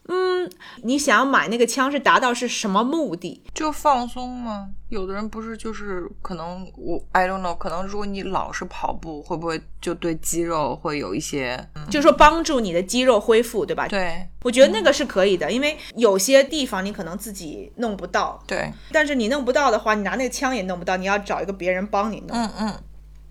B: 嗯你想要买那个枪是达到是什么目的？
A: 就放松嘛。有的人不是就是可能我 I don't know，可能如果你老是跑步，会不会就对肌肉会有一些嗯
B: 就是说帮助你的肌肉恢复，对吧？
A: 对
B: 我觉得那个是可以的，因为有些地方你可能自己弄不到，
A: 对
B: 但是你弄不到的话，你拿那个枪也弄不到，你要找一个别人帮你弄，
A: 嗯嗯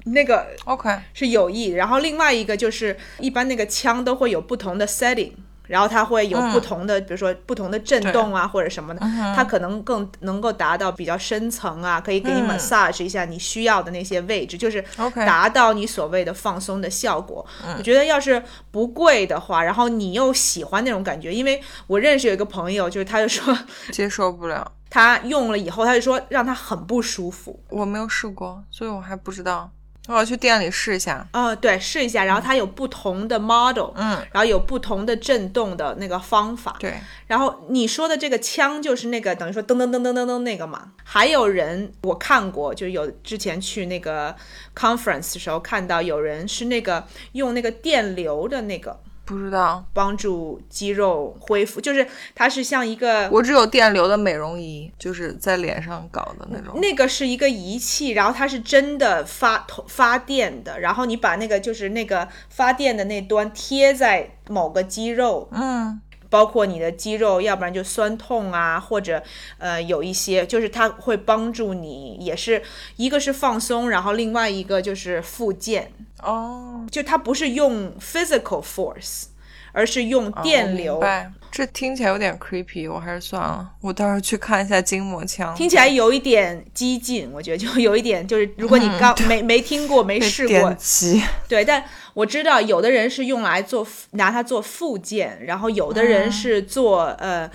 B: 那个
A: ，OK，
B: 是有益。然后另外一个就是，一般那个枪都会有不同的 setting，然后它会有
A: 嗯
B: 不同的，比如说不同的震动啊或者什么的，它可能更能够达到比较深层啊，可以给你
A: 嗯
B: massage 一下你需要的那些位置，就是
A: OK 嗯
B: 达到你所谓的放松的效果。我觉得要是不贵的话，然后你又喜欢那种感觉，因为我认识有一个朋友，就是他就说
A: 接受不了，
B: 他用了以后，他就说让他很不舒服。
A: 我没有试过，所以我还不知道，我要去店里试一下。
B: 呃，对，试一下，然后它有不同的 model，
A: 嗯，
B: 然后有不同的震动的那个方法。
A: 对，
B: 然后你说的这个枪就是那个等于说噔噔噔噔噔噔那个嘛。还有人我看过，就有之前去那个 conference 的时候看到有人是那个用那个电流的那个
A: 不知道，
B: 帮助肌肉恢复，就是它是像一个。
A: 我只有电流的美容仪，就是在脸上搞的那种。
B: 那个是一个仪器，然后它是真的发发电的，然后你把那个就是那个发电的那端贴在某个肌肉
A: 嗯，
B: 包括你的肌肉，要不然就酸痛啊，或者呃有一些，就是它会帮助你，也是一个是放松，然后另外一个就是复健，
A: 哦，
B: 就它不是用 physical force，而是用电流。
A: 哦明白，这听起来有点 creepy，我还是算了，我到时候去看一下筋膜枪。
B: 听起来有一点激进，我觉得就有一点，就是如果你 刚、没没听过、没
A: 嗯被
B: 试过
A: 电，击，
B: 对，但我知道有的人是用来做拿它做
A: 嗯
B: 复健，然后有的人是做、呃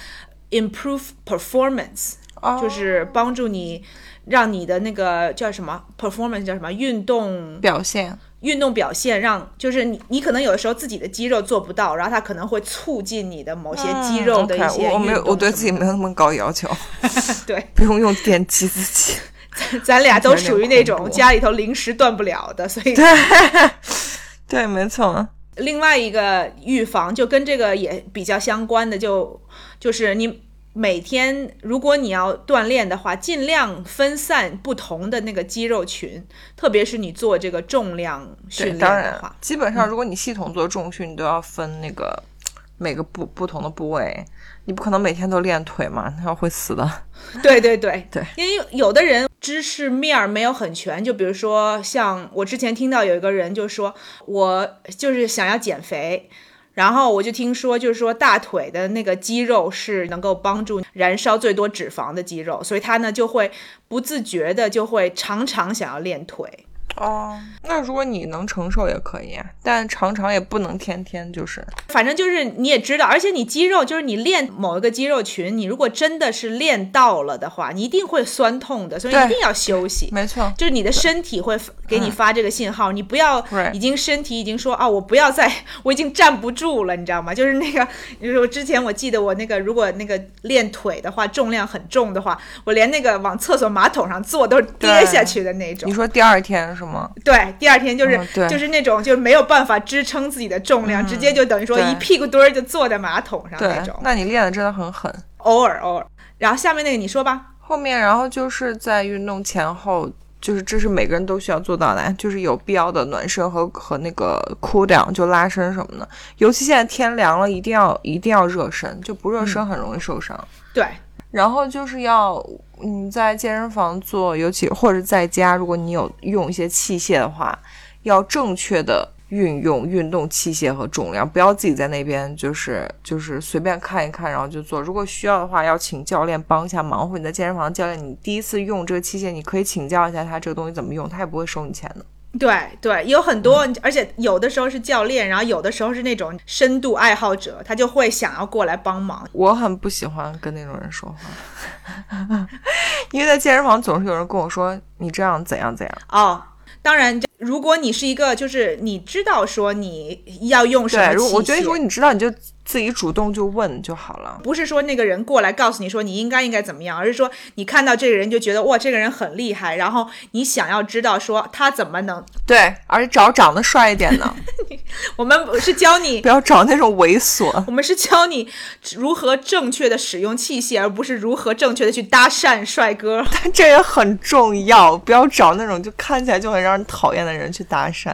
B: improve performance，
A: 哦
B: 就是帮助你让你的那个叫什么 performance 叫什么运动
A: 表现，
B: 运动表现让，就是你你可能有的时候自己的肌肉做不到，然后它可能会促进你的某些肌肉的一
A: 嗯
B: 些运
A: ，OK，我我没有，我对自己
B: 己
A: 没有那么高要求，
B: 对，
A: 不用用电击自 己。
B: 咱俩都属于那
A: 有点
B: 种
A: 恐怖
B: 家里头零食断不了的，所以
A: 对，没错，
B: 另外一个预防就跟这个也比较相关的就，就是你每天如果你要锻炼的话，尽量分散不同的那个肌肉群，特别是你做这个重量
A: 对，
B: 训练
A: 当
B: 的
A: 然
B: 话，，
A: 基本上如果你系统做重训，你都要分那个每个部不同的部位，你不可能每天都练腿嘛，那要会死的。
B: 对对对
A: 对，
B: 因为有的人知识面儿没有很全，就比如说像我之前听到有一个人就说，我就是想要减肥。然后我就听说，就是说大腿的那个肌肉是能够帮助燃烧最多脂肪的肌肉，所以他呢就会不自觉的就会常常想要练腿。
A: 哦，那如果你能承受也可以啊，但常常也不能天天就是。
B: 反正就是你也知道，而且你肌肉就是你练某一个肌肉群，你如果真的是练到了的话，你一定会酸痛的，所以
A: 对
B: 一定要休息。
A: 没错，
B: 就是你的身体会发给你发这个信号，你不要
A: 嗯 Right
B: 已经身体已经说啊，我不要再， 我已经站不住了，你知道吗？就是那个，就是我之前我记得我那个如果那个练腿的话，重量很重的话，我连那个往厕所马桶上坐都是跌
A: 对
B: 下去的那种
A: 你。说第二天是吗？
B: 对，第二天就是、
A: 嗯对
B: 就是那种就是没有办法支撑自己的重量，直接就等于说
A: 对
B: 一屁股墩儿就坐在马桶上
A: 嗯对
B: 那种，。
A: 那你练的真的很狠。
B: 偶尔偶尔，然后下面那个你说吧，
A: 后面，然后就是在运动前后，就是这是每个人都需要做到的，就是有必要的暖身和和那个 cool down，就拉伸什么的。尤其现在天凉了，一定要一定要热身，就不热身很容易受伤。
B: 对，
A: 然后就是要你在健身房做，尤其或者在家，如果你有用一些器械的话，要正确的运用运动器械和重量，不要自己在那边就是就是随便看一看，然后就做。如果需要的话，要请教练帮一下忙，或者你在健身房教练，你第一次用这个器械，你可以请教一下他这个东西怎么用，他也不会收你钱的。
B: 对对，有很多，
A: 嗯
B: 而且有的时候是教练，然后有的时候是那种深度爱好者，他就会想要过来帮忙。
A: 我很不喜欢跟那种人说话， 因为在健身房总是有人跟我说你这样怎样怎样。
B: 哦，当然，如果你是一个，就是你知道说你要用什么
A: 对，如
B: 器
A: 果我觉得如果
B: 械
A: 你知道，你就自己主动就问就好了。
B: 不是说那个人过来告诉你说你应该应该怎么样，而是说你看到这个人就觉得哇，这个人很厉害，然后你想要知道说他怎么能，
A: 对，而且找长得帅一点 的，
B: 我们不是教 你
A: 不要找那种猥琐。
B: 我们是教你如何正确的使用器械，而不是如何正确的去搭讪帅哥。
A: 这也很重要，不要找那种就看起来就很让人讨厌的人去搭讪。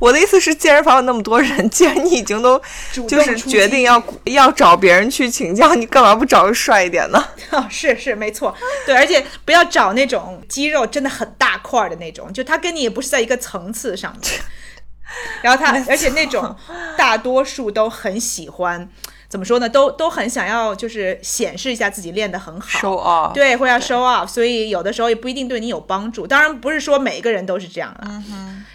A: 我的意思是，健身房有那么多人，既然你已经都
B: 主动
A: 就是
B: 出
A: 决
B: 击
A: 定要要找别人去请教，你干嘛不找个帅一点呢？
B: 哦，是是没错，对，而且不要找那种肌肉真的很大块儿的那种，就他跟你也不是在一个层次上面。然后他，而且那种大多数都很喜欢，怎么说呢？都都很想要，就是显示一下自己练得很好。
A: show off，
B: 对，会要 show off，所以有的时候也不一定对你有帮助。当然不是说每一个人都是这样了。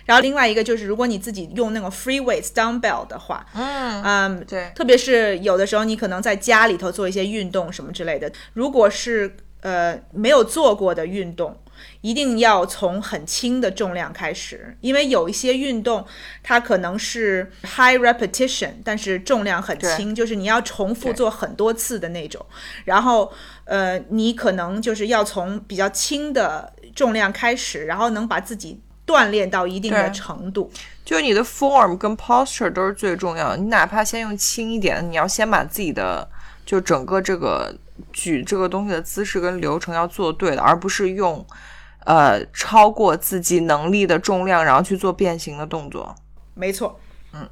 B: 然后另外一个就是，如果你自己用那种 free weights dumbbell 的话，嗯
A: 对
B: 特别是有的时候你可能在家里头做一些运动什么之类的，如果是呃没有做过的运动。一定要从很轻的重量开始，因为有一些运动它可能是 high repetition，但是重量很
A: 对
B: 轻，就是你要重复
A: 对
B: 做很多次的那种。然后呃，你可能就是要从比较轻的重量开始，然后能把自己锻炼到一定的
A: 对
B: 程度。
A: 就是你的 form 跟 posture 都是最重要的。你哪怕先用轻一点，你要先把自己的就整个这个举这个东西的姿势跟流程要做对的，而不是用呃超过自己能力的重量，然后去做变形的动作。
B: 没错，嗯，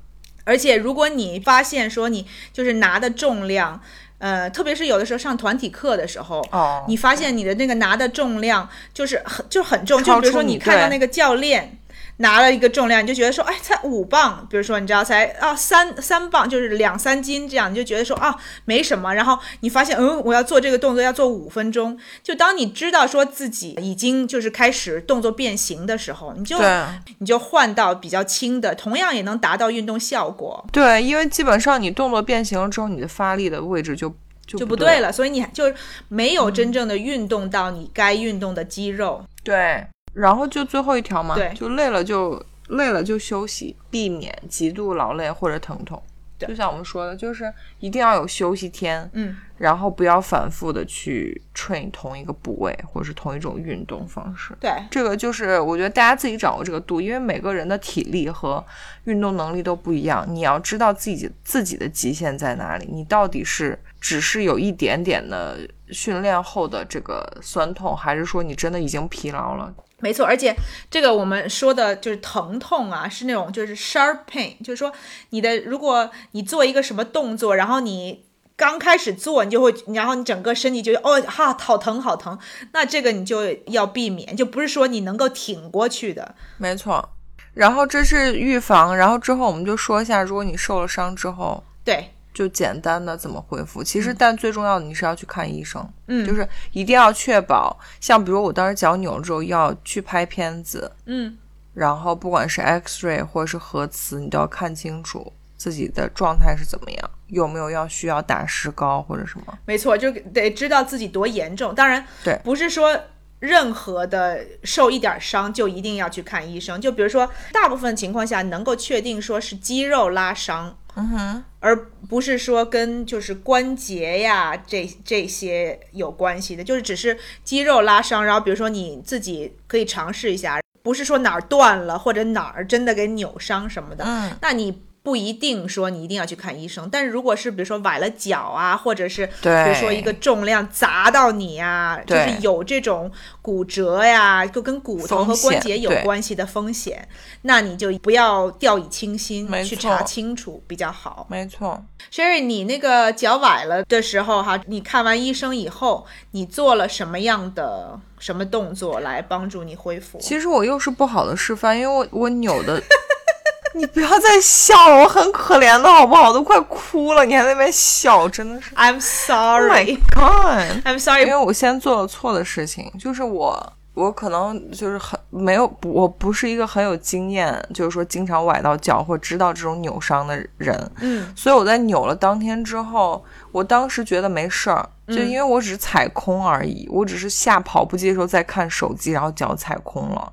B: 而且如果你发现说你就是拿的重量，呃，特别是有的时候上团体课的时候，
A: 哦
B: 你发现你的那个拿的重量就是很就很重，就
A: 超
B: 比如说
A: 出
B: 你
A: 你
B: 看到
A: 对
B: 那个教练。拿了一个重量，你就觉得说，哎，才五磅，比如说，你知道才啊三三磅，就是两三斤这样，你就觉得说啊没什么。然后你发现，嗯，我要做这个动作要做五分钟。就当你知道说自己已经就是开始动作变形的时候，你就
A: 对
B: 你就换到比较轻的，同样也能达到运动效果。
A: 对，因为基本上你动作变形了之后，你的发力的位置就就
B: 就
A: 不
B: 不对。嗯了，所以你就没有真正的运动到你该运动的肌肉。
A: 对，然后就最后一条嘛，
B: 对
A: 就累了就累了就休息，避免极度劳累或者疼痛。
B: 对
A: 就像我们说的，就是一定要有休息天，
B: 嗯，
A: 然后不要反复的去 train 同一个部位或者是同一种运动方式。
B: 对，
A: 这个就是我觉得大家自己掌握这个度，因为每个人的体力和运动能力都不一样，你要知道自己自己的极限在哪里，你到底是只是有一点点的训练后的这个酸痛，还是说你真的已经疲劳了？
B: 没错，而且这个我们说的就是疼痛啊，是那种就是 sharp pain，就是说你的如果你做一个什么动作，然后你刚开始做，你就会，然后你整个身体就哦哈好疼好疼，那这个你就要避免，就不是说你能够挺过去的。
A: 没错。然后这是预防，然后之后我们就说一下，如果你受了伤之后，
B: 对，
A: 就简单的怎么恢复。其实，但最重要的你是要去看医生，
B: 嗯，
A: 就是一定要确保，像比如我当时脚扭了之后要去拍片子，
B: 嗯
A: 然后不管是 X-ray 或者是核磁，你都要看清楚自己的状态是怎么样，有没有要需要打石膏或者什么。
B: 没错，就得知道自己多严重。当然，
A: 对
B: 不是说任何的受一点伤就一定要去看医生。就比如说，大部分情况下能够确定说是肌肉拉伤，
A: 嗯哼，
B: 而不是说跟就是关节呀这这些有关系的，就是只是肌肉拉伤，然后比如说你自己可以尝试一下，不是说哪儿断了或者哪儿真的给扭伤什么的，
A: 嗯，
B: 那你不一定说你一定要去看医生，但是如果是比如说崴了脚啊，或者是比
A: 对
B: 如说一个重量砸到你啊，就
A: 对
B: 是有这种骨折呀、就跟骨头和
A: 风险
B: 关节有
A: 对
B: 关系的风险，那你就不要掉以轻心
A: 没，
B: 去
A: 错
B: 查清楚比较好。
A: 没错。
B: Sherry，你那个脚崴了的时候哈，你看完医生以后，你做了什么样的什么动作来帮助你恢复？
A: 其实我又是不好的示范，因为我我扭的， 你不要再笑了，我很可怜的好不好？我都快哭了，你还在那边笑，真的是
B: I'm
A: ，Oh
B: sorry，I'm
A: my God！因
B: sorry，
A: 为我先做了错的事情，就是我我可能就是很没有，不我不是一个很有经验，就是说经常崴到脚或知道这种扭伤的人，
B: 嗯，
A: 所以我在扭了当天之后，我当时觉得没事儿，就因为我只是踩空而已，我只是下跑步机的时候在看手机，然后脚踩空了，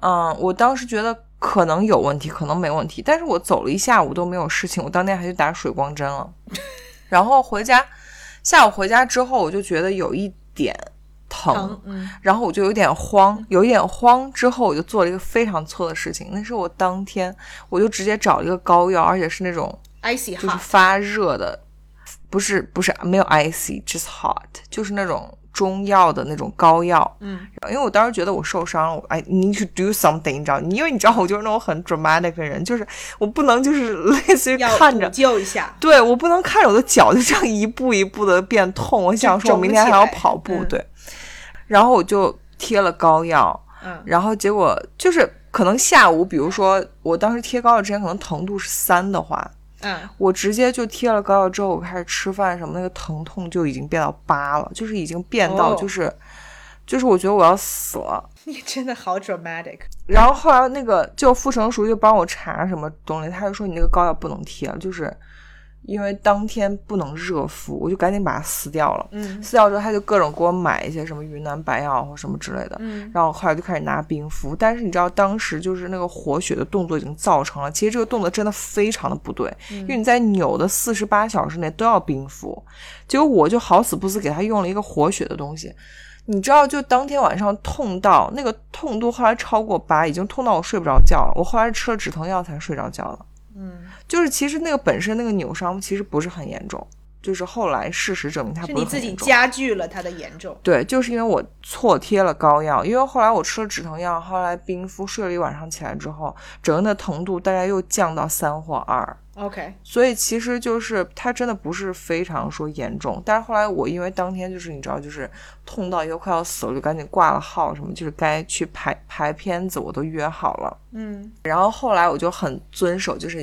A: 嗯，我当时觉得。可能有问题，可能没问题，但是我走了一下午都没有事情，我当天还去打水光针了，然后回家，下午回家之后，我就觉得有一点疼，
B: 疼，嗯。
A: 然后我就有点慌，有一点慌。之后我就做了一个非常错的事情，那是我当天我就直接找了一个膏药，而且是那种
B: icy
A: 就是
B: hot，
A: 发热的，不是不是没有 icy，just hot，就是那种中药的那种膏药。
B: 嗯，
A: 因为我当时觉得我受伤了，我 I need to do something，你知道，因为你知道我就是那种很 dramatic 的人，就是我不能就是类似于
B: 要
A: 看
B: 补
A: 着
B: 救一下。
A: 对，我不能看着我的脚就这样一步一步的变痛。我想说，我明天还要跑步，
B: 肿起来嗯
A: 对。然后我就贴了膏药，
B: 嗯
A: 然后结果就是可能下午，比如说我当时贴膏药之前，可能疼度是三的话，
B: 嗯，
A: 我直接就贴了膏药之后，我开始吃饭什么，那个疼痛就已经变到八了，就是已经变到
B: 哦
A: 就是、就是我觉得我要死了。
B: 你真的好 dramatic。
A: 然后后来那个就傅成熟就帮我查什么东西，他就说你那个膏药不能贴了，就是因为当天不能热敷，我就赶紧把它撕掉了。
B: 嗯
A: 撕掉之后，他就各种给我买一些什么云南白药或什么之类的。
B: 嗯，
A: 然后后来就开始拿冰敷，但是你知道，当时就是那个活血的动作已经造成了，其实这个动作真的非常的不对，
B: 嗯
A: 因为你在扭的四十八小时内都要冰敷，结果我就好死不死给他用了一个活血的东西，你知道，就当天晚上痛到那个痛度后来超过八，已经痛到我睡不着觉了，我后来吃了止疼药才睡着觉的。
B: 嗯，
A: 就是其实那个本身那个扭伤其实不是很严重，就是后来事实证明它
B: 是
A: 啊不
B: 你
A: 很
B: 自己
A: 严重。
B: 加剧了它的严重。
A: 对，就是因为我错贴了膏药，因为后来我吃了止疼药，后来冰敷睡了一晚上，起来之后，整个的疼度大概又降到三或二，
B: OK，
A: 所以其实就是它真的不是非常说严重。但是后来我因为当天就是你知道，就是痛到一个快要死了，就赶紧挂了号，什么就是该去排排片子我都约好了。
B: 嗯
A: 然后后来我就很遵守，就是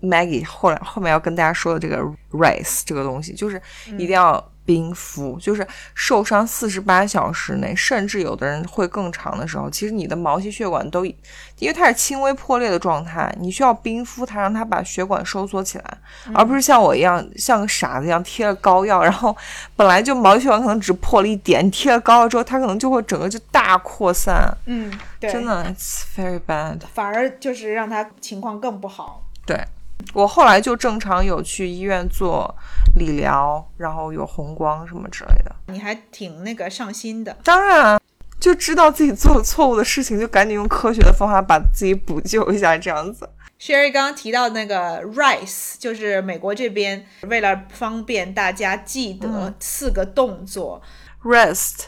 A: Maggie 后来后面要跟大家说的这个 race 这个东西，就是一定要冰敷，就是受伤四十八小时内，甚至有的人会更长的时候，其实你的毛细血管都，因为它是轻微破裂的状态，你需要冰敷它，让它把血管收缩起来，而不是像我一样像个傻子一样贴了膏药，然后本来就毛细血管可能只破了一点，你贴了膏药之后，它可能就会整个就大扩散，
B: 嗯，对，
A: 真的，it's very bad。
B: 反而就是让他情况更不好。
A: 对，我后来就正常有去医院做理疗，然后有红光什么之类的。
B: 你还挺那个上心的，
A: 当然啊，就知道自己做了错误的事情，就赶紧用科学的方法把自己补救一下，这样子。
B: Sherry 刚刚提到那个 Rice，就是美国这边为了方便大家记得四个动作，
A: Rest、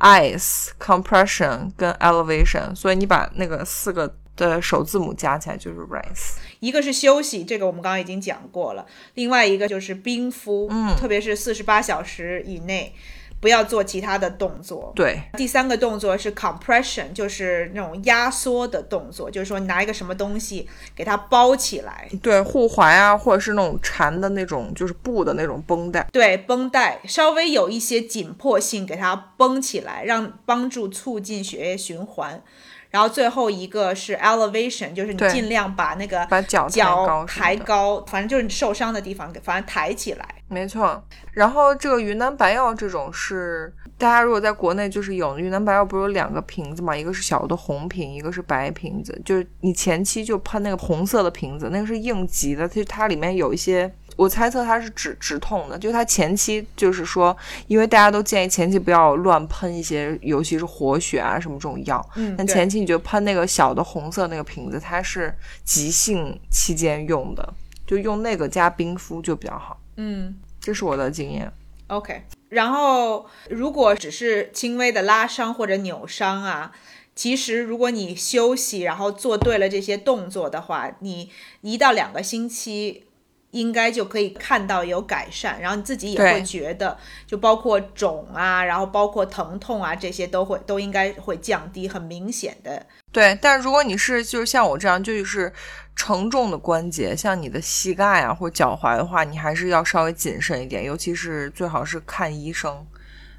A: ice、compression 跟 elevation，所以你把那个四个的首字母加起来就是 rise。
B: 一个是休息，这个我们刚刚已经讲过了，另外一个就是冰敷，嗯，特别是四十八小时以内不要做其他的动作。
A: 对，
B: 第三个动作是 compression，就是那种压缩的动作，就是说你拿一个什么东西给它包起来，
A: 对，护踝啊，或者是那种缠的那种，就是布的那种绷带。
B: 对，绷带稍微有一些紧迫性，给它绷起来，让帮助促进血液循环。然后最后一个是 elevation，就是你
A: 对
B: 尽量把那个
A: 把脚抬高
B: 脚
A: 什么
B: 抬
A: 的
B: 高，反正就是你受伤的地方给反正抬起来。
A: 没错，然后这个云南白药这种是，大家如果在国内就是有云南白药，不是有两个瓶子嘛，一个是小的红瓶，一个是白瓶子，就是你前期就喷那个红色的瓶子，那个是应急的，它它里面有一些。我猜测它是止止痛的，就它前期就是说，因为大家都建议前期不要乱喷一些，尤其是活血啊什么这种药。
B: 嗯，
A: 但
B: 对
A: 前期你就喷那个小的红色那个瓶子，它是急性期间用的，就用那个加冰敷就比较好。
B: 嗯
A: 这是我的经验。
B: ，OK。然后如果只是轻微的拉伤或者扭伤啊。其实，如果你休息，然后做对了这些动作的话，你一到两个星期应该就可以看到有改善，然后你自己也
A: 对
B: 会觉得，就包括肿啊，然后包括疼痛啊，这些都会都应该会降低，很明显的。
A: 对，但如果你是就是像我这样，就是承重的关节，像你的膝盖啊或脚踝的话，你还是要稍微谨慎一点，尤其是最好是看医生，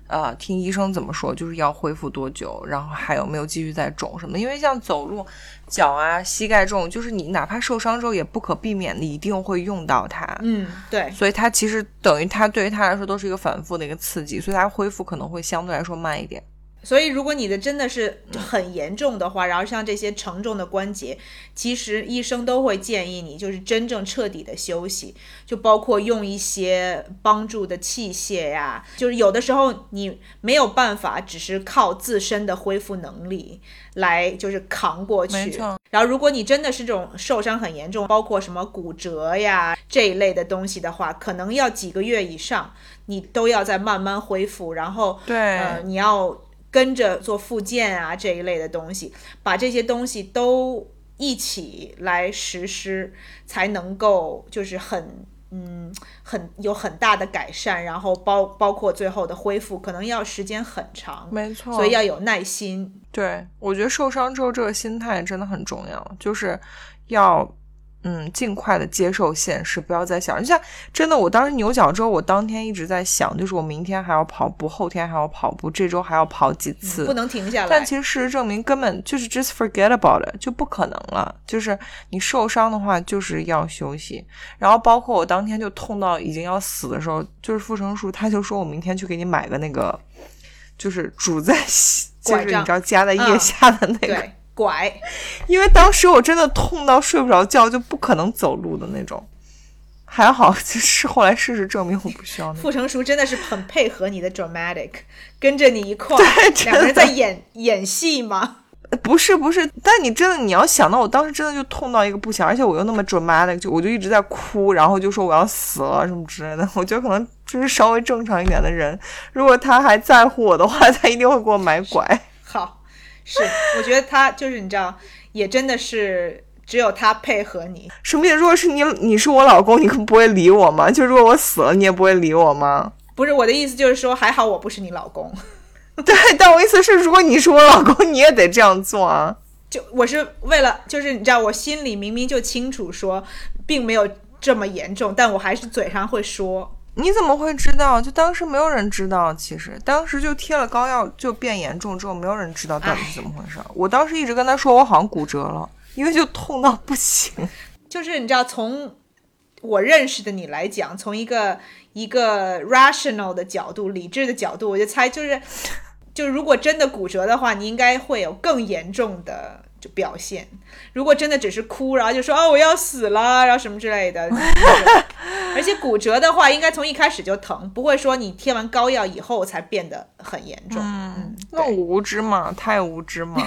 A: 呃，听医生怎么说，就是要恢复多久，然后还有没有继续再肿什么的。因为像走路、脚啊、膝盖这种，就是你哪怕受伤之后也不可避免的一定会用到它。
B: 嗯，对，
A: 所以它其实等于它对于它来说都是一个反复的一个刺激，所以它恢复可能会相对来说慢一点。
B: 所以，如果你的真的是很严重的话，然后像这些承重的关节，其实医生都会建议你就是真正彻底的休息，就包括用一些帮助的器械呀、就是有的时候你没有办法，只是靠自身的恢复能力来就是扛过
A: 没
B: 去。
A: 错
B: 然后，如果你真的是这种受伤很严重，包括什么骨折呀这一类的东西的话，可能要几个月以上，你都要再慢慢恢复，然后
A: 对
B: 呃，你要跟着做复健啊这一类的东西，把这些东西都一起来实施，才能够就是很嗯很有很大的改善，然后包包括最后的恢复，可能要时间很长，
A: 没错，
B: 所以要有耐心。
A: 对，我觉得受伤之后这个心态真的很重要，就是要嗯尽快的接受现实，不要再想。你像真的，我当时扭脚之后，我当天一直在想，就是我明天还要跑步，后天还要跑步，这周还要跑几次。
B: 嗯不能停下来，
A: 但其实事实证明，根本就是 just forget about it，就不可能了。就是你受伤的话，就是要休息。然后包括我当天就痛到已经要死的时候，就是傅成树他就说我明天去给你买个那个，就是拄在膝，就
B: 拐
A: 是你
B: 杖
A: 知道夹在腋
B: 嗯
A: 下的那个，
B: 对拐，
A: 因为当时我真的痛到睡不着觉，就不可能走路的那种。还好，就是后来事实证明我不需要那个。
B: 傅成熟真的是很配合你的 dramatic，跟着你一块儿，
A: 真的
B: 两个人在演演戏嘛。
A: 不是不是，但你真的你要想到，我当时真的就痛到一个不行，而且我又那么 dramatic，就我就一直在哭，然后就说我要死了什么之类的。 我觉得可能就是稍微正常一点的人，如果他还在乎我的话，他一定会给我买拐。
B: 好，是，我觉得他就是你知道，也真的是只有他配合你。
A: 什么意思？如果是你，你是我老公，你可不会理我吗？就如果我死了，你也不会理我吗？
B: 不是我的意思，就是说还好我不是你老公，
A: 对，但我意思是，如果你是我老公，你也得这样做啊。
B: 就我是为了就是你知道，我心里明明就清楚说，并没有这么严重，但我还是嘴上会说。
A: 你怎么会知道？就当时没有人知道，其实当时就贴了膏药就变严重之后，没有人知道到底是怎么回事。我当时一直跟他说我好像骨折了，因为就痛到不 行。
B: 就是你知道，从我认识的你来讲，从一个一个 rational 的角度、理智的角度，我就猜就是，就如果真的骨折的话，你应该会有更严重的就表现。如果真的只是哭，然后就说哦我要死了，然后什么之类的， 而且骨折的话，应该从一开始就疼，不会说你贴完膏药以后才变得很严重。嗯，
A: 那我
B: 对
A: 无知嘛，太无知 嘛，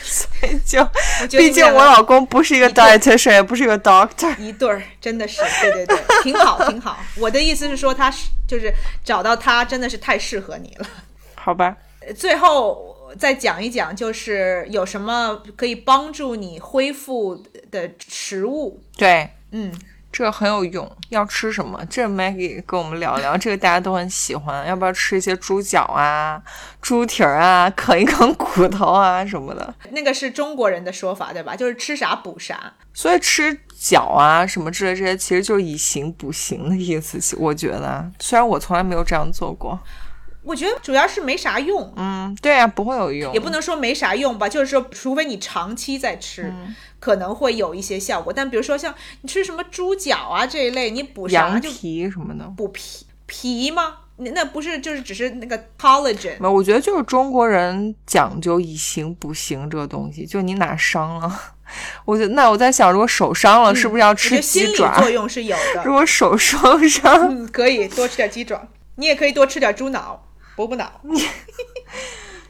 A: 所以就
B: 我觉得
A: 毕
B: 你
A: 竟
B: 们两
A: 我
B: 个
A: 老公不是一个
B: 你这
A: dietitian，也不是一个 doctor。
B: 一对儿，真的是，对对对，挺好，挺好。我的意思是说，他是就是找到他真的是太适合你了。
A: 好吧，
B: 呃最后我再讲一讲，就是有什么可以帮助你恢复的食物。
A: 对，
B: 嗯，
A: 这很有用。要吃什么？这 Maggie 跟我们聊聊，这个大家都很喜欢。要不要吃一些猪脚啊、猪蹄儿啊，啃一啃骨头啊什么的？
B: 那个是中国人的说法，对吧？就是吃啥补啥。
A: 所以吃脚啊什么之类这些，其实就是以形补形的意思。其我觉得，虽然我从来没有这样做过，
B: 我觉得主要是没啥用，
A: 嗯，对呀、不会有用，
B: 也不能说没啥用吧，就是说，除非你长期在吃，
A: 嗯
B: 可能会有一些效果。但比如说像你吃什么猪脚啊这一类，你补啥
A: 羊
B: 就
A: 皮什么的。
B: 补皮皮吗？那那不是就是只是那个 collagen
A: 没有，我觉得就是中国人讲究以形补形这个东西，就你哪伤了， 我就那我在想，如果手伤了，是不是要
B: 嗯我觉
A: 吃
B: 得心
A: 鸡
B: 理
A: 爪
B: 作？用是有
A: 如
B: 的。
A: 果手受伤，
B: 嗯，可以多吃点鸡爪，你也可以多吃点猪脑、补补脑。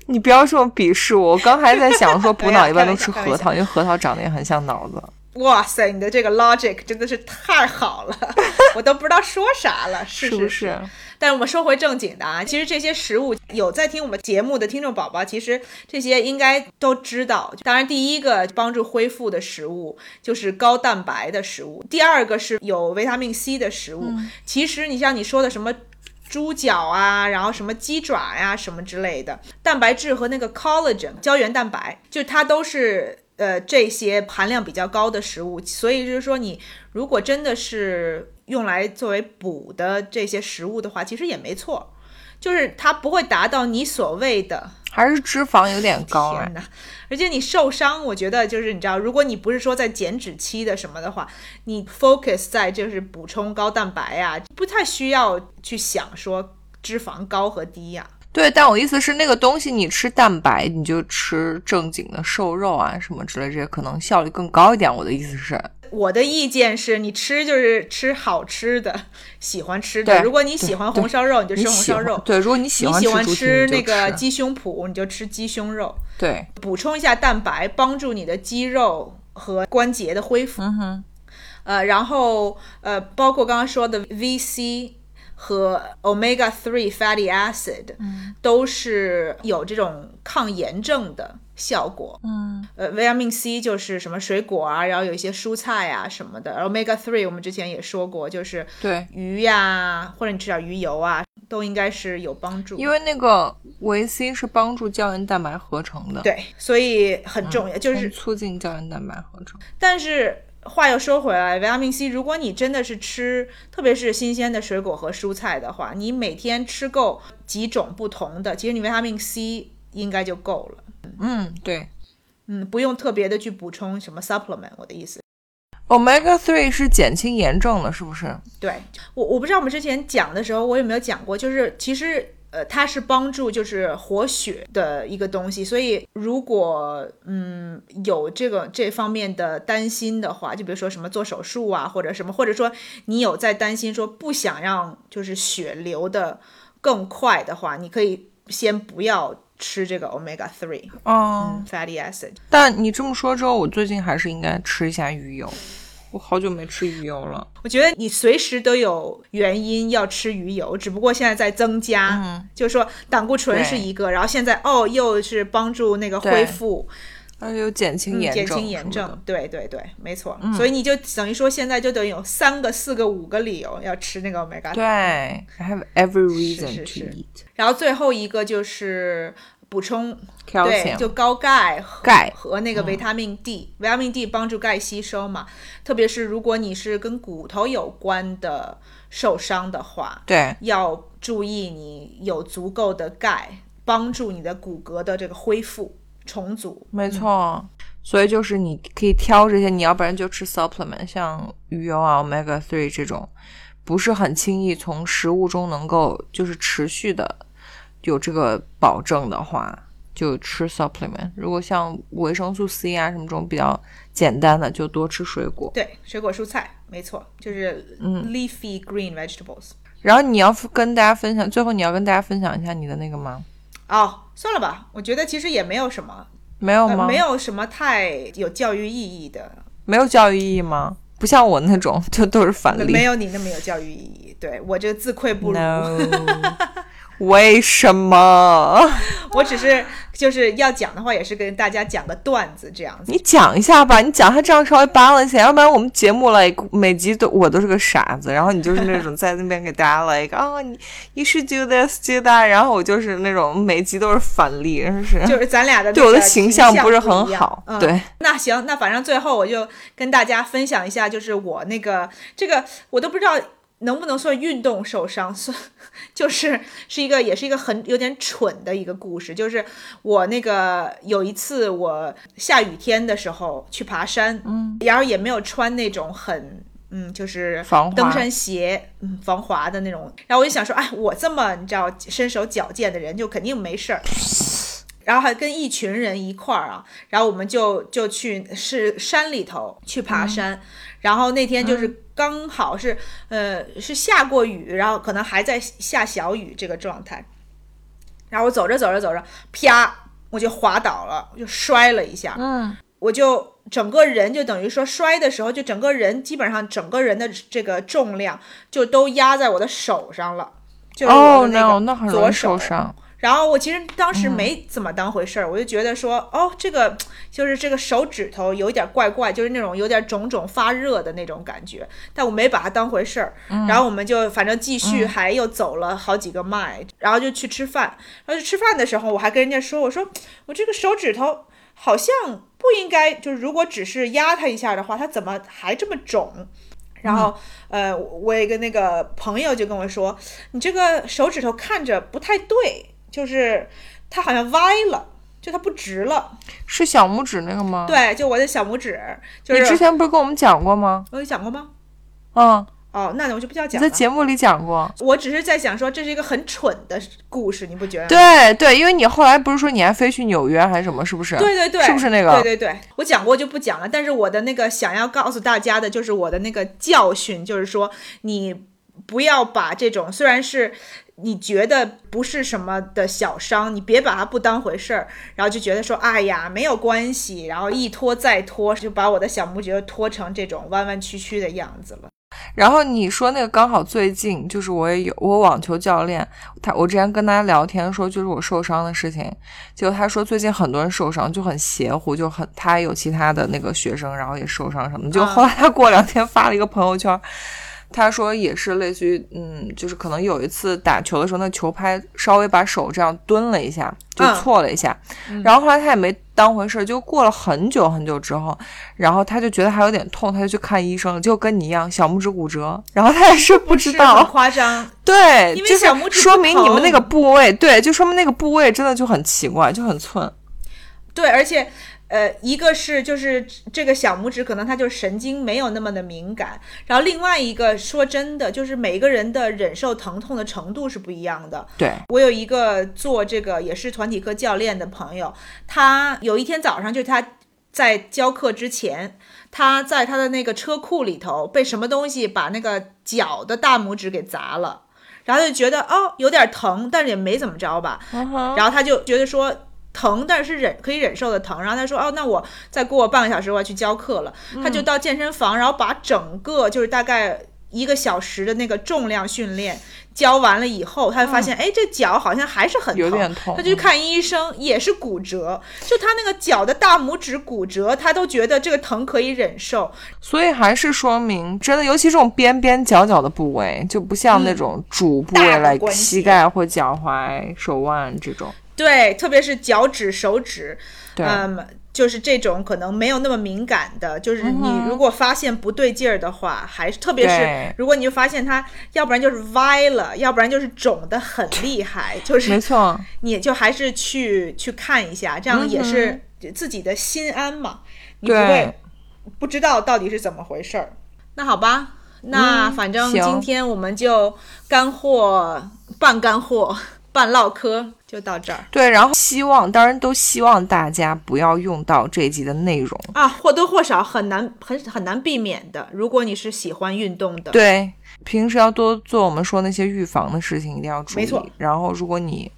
A: 你不要这么鄙视我。我刚还在想说补脑一般都吃
B: 开玩笑
A: 核桃，因为核桃长得也很像脑子。
B: 哇塞，你的这个 logic 真的是太好了， 我都不知道说啥了，是
A: 不
B: 是
A: 是？
B: 但我们说回正经的啊，其实这些食物有在听我们节目的听众宝宝，其实这些应该都知道。当然，第一个帮助恢复的食物就是高蛋白的食物，第二个是有维他命 C 的食物。其实你像你说的什么。猪脚啊，然后什么鸡爪呀、什么之类的，蛋白质和那个 collagen 胶原蛋白，就它都是呃这些含量比较高的食物，所以就是说你如果真的是用来作为补的这些食物的话，其实也没错，就是它不会达到你所谓的
A: 还是脂肪有点高啊
B: 天。呐，而且你受伤，我觉得就是你知道，如果你不是说在减脂期的什么的话，你 focus 在就是补充高蛋白啊，不太需要去想说脂肪高和低呀、
A: 对，但我意思是那个东西，你吃蛋白，你就吃正经的瘦肉啊什么之类，这些可能效率更高一点。我的意思是，
B: 我的意见是你吃就是吃好吃的，喜欢吃的。
A: 对
B: 如果你
A: 对
B: 喜欢
A: 对
B: 红烧肉，你就
A: 你
B: 吃红
A: 喜
B: 烧
A: 欢
B: 肉；
A: 对，如果你喜
B: 你
A: 欢
B: 喜欢
A: 猪蹄儿，
B: 吃
A: 你就
B: 那个
A: 吃
B: 鸡胸脯，你就吃鸡胸肉，
A: 对，
B: 补充一下蛋白，帮助你的肌肉和关节的恢复。
A: 嗯哼，
B: 呃，然后呃，包括刚刚说的 VC 和 omega three fatty acid，、都
A: 嗯
B: 是有这种抗炎症的效果。
A: 嗯，
B: 呃，维他命 C 就是什么水果啊，然后有一些蔬菜啊什么的。omega three 我们之前也说过，就是
A: 对，
B: 鱼呀、或者你吃点鱼油啊，都应该是有帮助。
A: 因为那个维 C 是帮助胶原蛋白合成的，，
B: 对，所以很重
A: 嗯
B: 要，就是
A: 促进胶原蛋白合成。
B: 但是话又说回来，维他命 C，如果你真的是吃，特别是新鲜的水果和蔬菜的话，你每天吃够几种不同的，其实你维他命 C 应该就够了。
A: 嗯，对。
B: 嗯，不用特别的去补充什么 supplement，我的意思。
A: Omega three 是减轻炎症的，是不是？
B: 对我，我不知道我们之前讲的时候，我有没有讲过，就是其实呃，它是帮助就是活血的一个东西，所以如果嗯有这个这方面的担心的话，就比如说什么做手术啊，或者什么，或者说你有在担心说不想让就是血流的更快的话，你可以先不要吃这个 omega three
A: 哦、
B: fatty acid。
A: 但你这么说之后，我最近还是应该吃一下鱼油。我好久没吃鱼油了。
B: 我觉得你随时都有原因要吃鱼油，只不过现在在增加，
A: 嗯
B: 就是说胆固醇
A: 对
B: 是一个，然后现在哦又是帮助那个
A: 对
B: 恢复，
A: 那就有减轻
B: 嗯
A: 炎症
B: 减
A: 什么的、嗯
B: 轻炎症，对对对，没错，所以你就等于说现在就等于有三个、四个、五个理由要吃那个 omega
A: 对，I 啊 have every
B: 是
A: reason
B: 是
A: to
B: 是
A: eat
B: 然后最后一个就是补充对，
A: calcium。
B: 就高钙和
A: 钙嗯
B: 和那个维他命 D，、维他命 D 帮助钙吸收嘛。特别是如果你是跟骨头有关的受伤的话，
A: 对，
B: 要注意你有足够的钙，帮助你的骨骼的这个恢复重组。
A: 没错。所以就是你可以挑这些，你要不然就吃 supplement，像鱼油啊、omega three 这种，不是很轻易从食物中能够就是持续的有这个保证的话，就吃 supplement。如果像维生素 C 啊什么这种比较简单的，就多吃水果。
B: 对，水果蔬菜，没错，就是
A: 嗯
B: leafy green vegetables。
A: 然后你要跟大家分享，最后你要跟大家分享一下你的那个吗？
B: 哦，算了吧，我觉得其实也没有什么，
A: 没有
B: 呃
A: 哦吗？
B: 没，有什么太有教育意义的，
A: 没有教育意义吗？不像我那种， 就都是反例。
B: 没有你那么有教育意义。对我这自愧不如
A: No，为什么？
B: 我只是就是要讲的话，也是跟大家讲个段子这样子。
A: 你讲一下吧，你讲他这样稍微 balance 一下，要不然我们节目 like 每集都我都是个傻子，然后你就是那种在那边给大家 like 啊、你 you should do this do that，然后我就是那种每集都是反例，真是
B: 就是咱俩的
A: 对
B: 那
A: 我的
B: 个
A: 形
B: 形
A: 象
B: 不
A: 是
B: 一
A: 很
B: 样
A: 好。
B: 嗯、
A: 对，
B: 那行，那反正最后我就跟大家分享一下，就是我那个这个我都不知道能不能算运动受伤， 算就是是一个也是一个很有点蠢的一个故事，就是我那个有一次我下雨天的时候去爬山，嗯，然后也没有穿那种很。嗯，就是
A: 防滑
B: 登山鞋，嗯，防滑的那种。然后我就想说，哎，我这么你知道身手矫健的人，就肯定没事儿。然后还跟一群人一块儿啊，然后我们就就去是山里头去爬
A: 嗯
B: 山，然后那天就是刚好是、呃是下过雨，然后可能还在下小雨这个状态，然后我走着走着走着，啪我就滑倒了，我就摔了一下，
A: 嗯，
B: 我就整个人就等于说摔的时候，就整个人基本上整个人的这个重量就都压在我的手上了，就是
A: 哦
B: 我的
A: no，
B: 那
A: 那
B: 个
A: 很
B: 左
A: 容易
B: 手
A: 受。伤。
B: 然后我其实当时没怎么当回事儿，我就觉得说，哦，这个就是这个手指头有一点怪怪，就是那种有点肿肿发热的那种感觉，但我没把它当回事儿。然后我们就反正继续，还又走了好几个迈，然后就去吃饭。然后去吃饭的时候，我还跟人家说，我说我这个手指头好像不应该，就是如果只是压它一下的话，它怎么还这么肿？然后，呃，我有一个那个朋友就跟我说，你这个手指头看着不太对，就是它好像歪了，就它不直了。
A: 是小拇指那个吗？，
B: 对，就我的小拇指，就
A: 哦你之
B: 是
A: 前不是跟我们讲过吗？
B: 我有讲过吗？
A: 嗯，
B: 哦，那我就不叫
A: 你
B: 讲
A: 在
B: 了。
A: 节目里讲过。
B: 我只是在想说，这是一个很蠢的故事，你不觉得吗？
A: 对对，因为你后来不是说你还飞去纽约还是什么，是不是？
B: 对对对，
A: 是不是那个
B: 对对对，我讲过就不讲了。但是我的那个想要告诉大家的就是我的那个教训，就是说你不要把这种虽然是你觉得不是什么的小伤，你别把它不当回事儿，然后就觉得说哎呀没有关系，然后一拖再拖，就把我的小拇指就拖成这种弯弯曲曲的样子了。
A: 然后你说那个刚好最近，就是我也有我网球教练，他我之前跟他聊天说，就是我受伤的事情，结果他说最近很多人受伤就很邪乎，就很他有其他的那个学生，然后也受伤什么的，就
B: 啊
A: 后来他过两天发了一个朋友圈。他说也是类似于，嗯，就是可能有一次打球的时候，那球拍稍微把手这样蹲了一下，就
B: 嗯
A: 错了一下，然后后来他也没当回事儿，就过了很久很久之后，然后他就觉得还有点痛，他就去看医生了，就跟你一样，小拇指骨折，然后他也是不知
B: 是很
A: 道，
B: 夸张，
A: 对，
B: 因为
A: 就
B: 小拇
A: 是
B: 指
A: 说
B: 不
A: 明你们那个
B: 疼
A: 部位，对，就说明那个部位真的就很奇怪，就很寸，
B: 对，而且。呃，一个是就是这个小拇指，可能它就是神经没有那么的敏感，然后另外一个说真的，就是每个人的忍受疼痛的程度是不一样的。
A: 对，
B: 我有一个做这个也是团体课教练的朋友，他有一天早上就是他在教课之前，他在他的那个车库里头被什么东西把那个脚的大拇指给砸了，然后就觉得哦有点疼，但是也没怎么着吧，然后他就觉得说。疼，但是忍可以忍受的疼。然后他说：“哦，那我再过半个小时我要去教课了。他
A: 嗯
B: 就到健身房，然后把整个就是大概一个小时的那个重量训练教完了以后，他就发现，哎、这脚好像还是很
A: 嗯有
B: 疼。
A: 点痛嗯
B: 他就去看医生，也是骨折，就他那个脚的大拇指骨折，他都觉得这个疼可以忍受。
A: 所以还是说明真的，尤其这种边边角角的部位，就不像那种主部
B: 嗯大
A: 位，
B: 的
A: 来
B: 关节
A: 膝盖或脚踝、手腕这种，
B: 对，特别是脚趾、手指，
A: 对，
B: 嗯，就是这种可能没有那么敏感的，就是你如果发现不对劲儿的话，还是特别是
A: 嗯对
B: 如果你就发现它，要不然就是歪了，要不然就是肿的很厉害，就是
A: 没错，嗯
B: 你就还是去去看一下，这样也是自己的心安嘛，你不会
A: 对
B: 不知道到底是怎么回事儿。那好吧，那
A: 嗯
B: 反正
A: 行
B: 今天我们就干货半干货半唠嗑就到这儿。
A: 对。然后希望，当然都希望大家不要用到这一集的内容。
B: 啊，或多或少很难很很难避免的。如果你是喜欢运动的，
A: 对，平时要多做我们说那些预防的事情，一定要注意。
B: 没错
A: 然后，如果你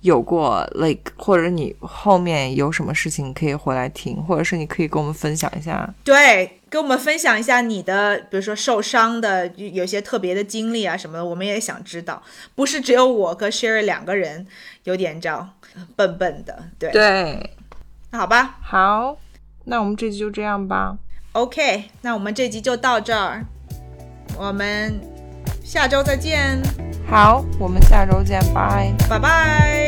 A: 有过 like，或者你后面有什么事情，可以回来听，或者是你可以跟我们分享一下。
B: 对，跟我们分享一下你的，比如说受伤的，有有些特别的经历啊什么的，我们也想知道。不是只有我跟 Sherry 两个人有点你知道笨笨的，对。
A: 对，
B: 那好吧
A: 好，那我们这期就这样吧。
B: ，OK，那我们这集就到这儿，我们下周再见，
A: 好，我们下周见，拜。
B: 拜拜。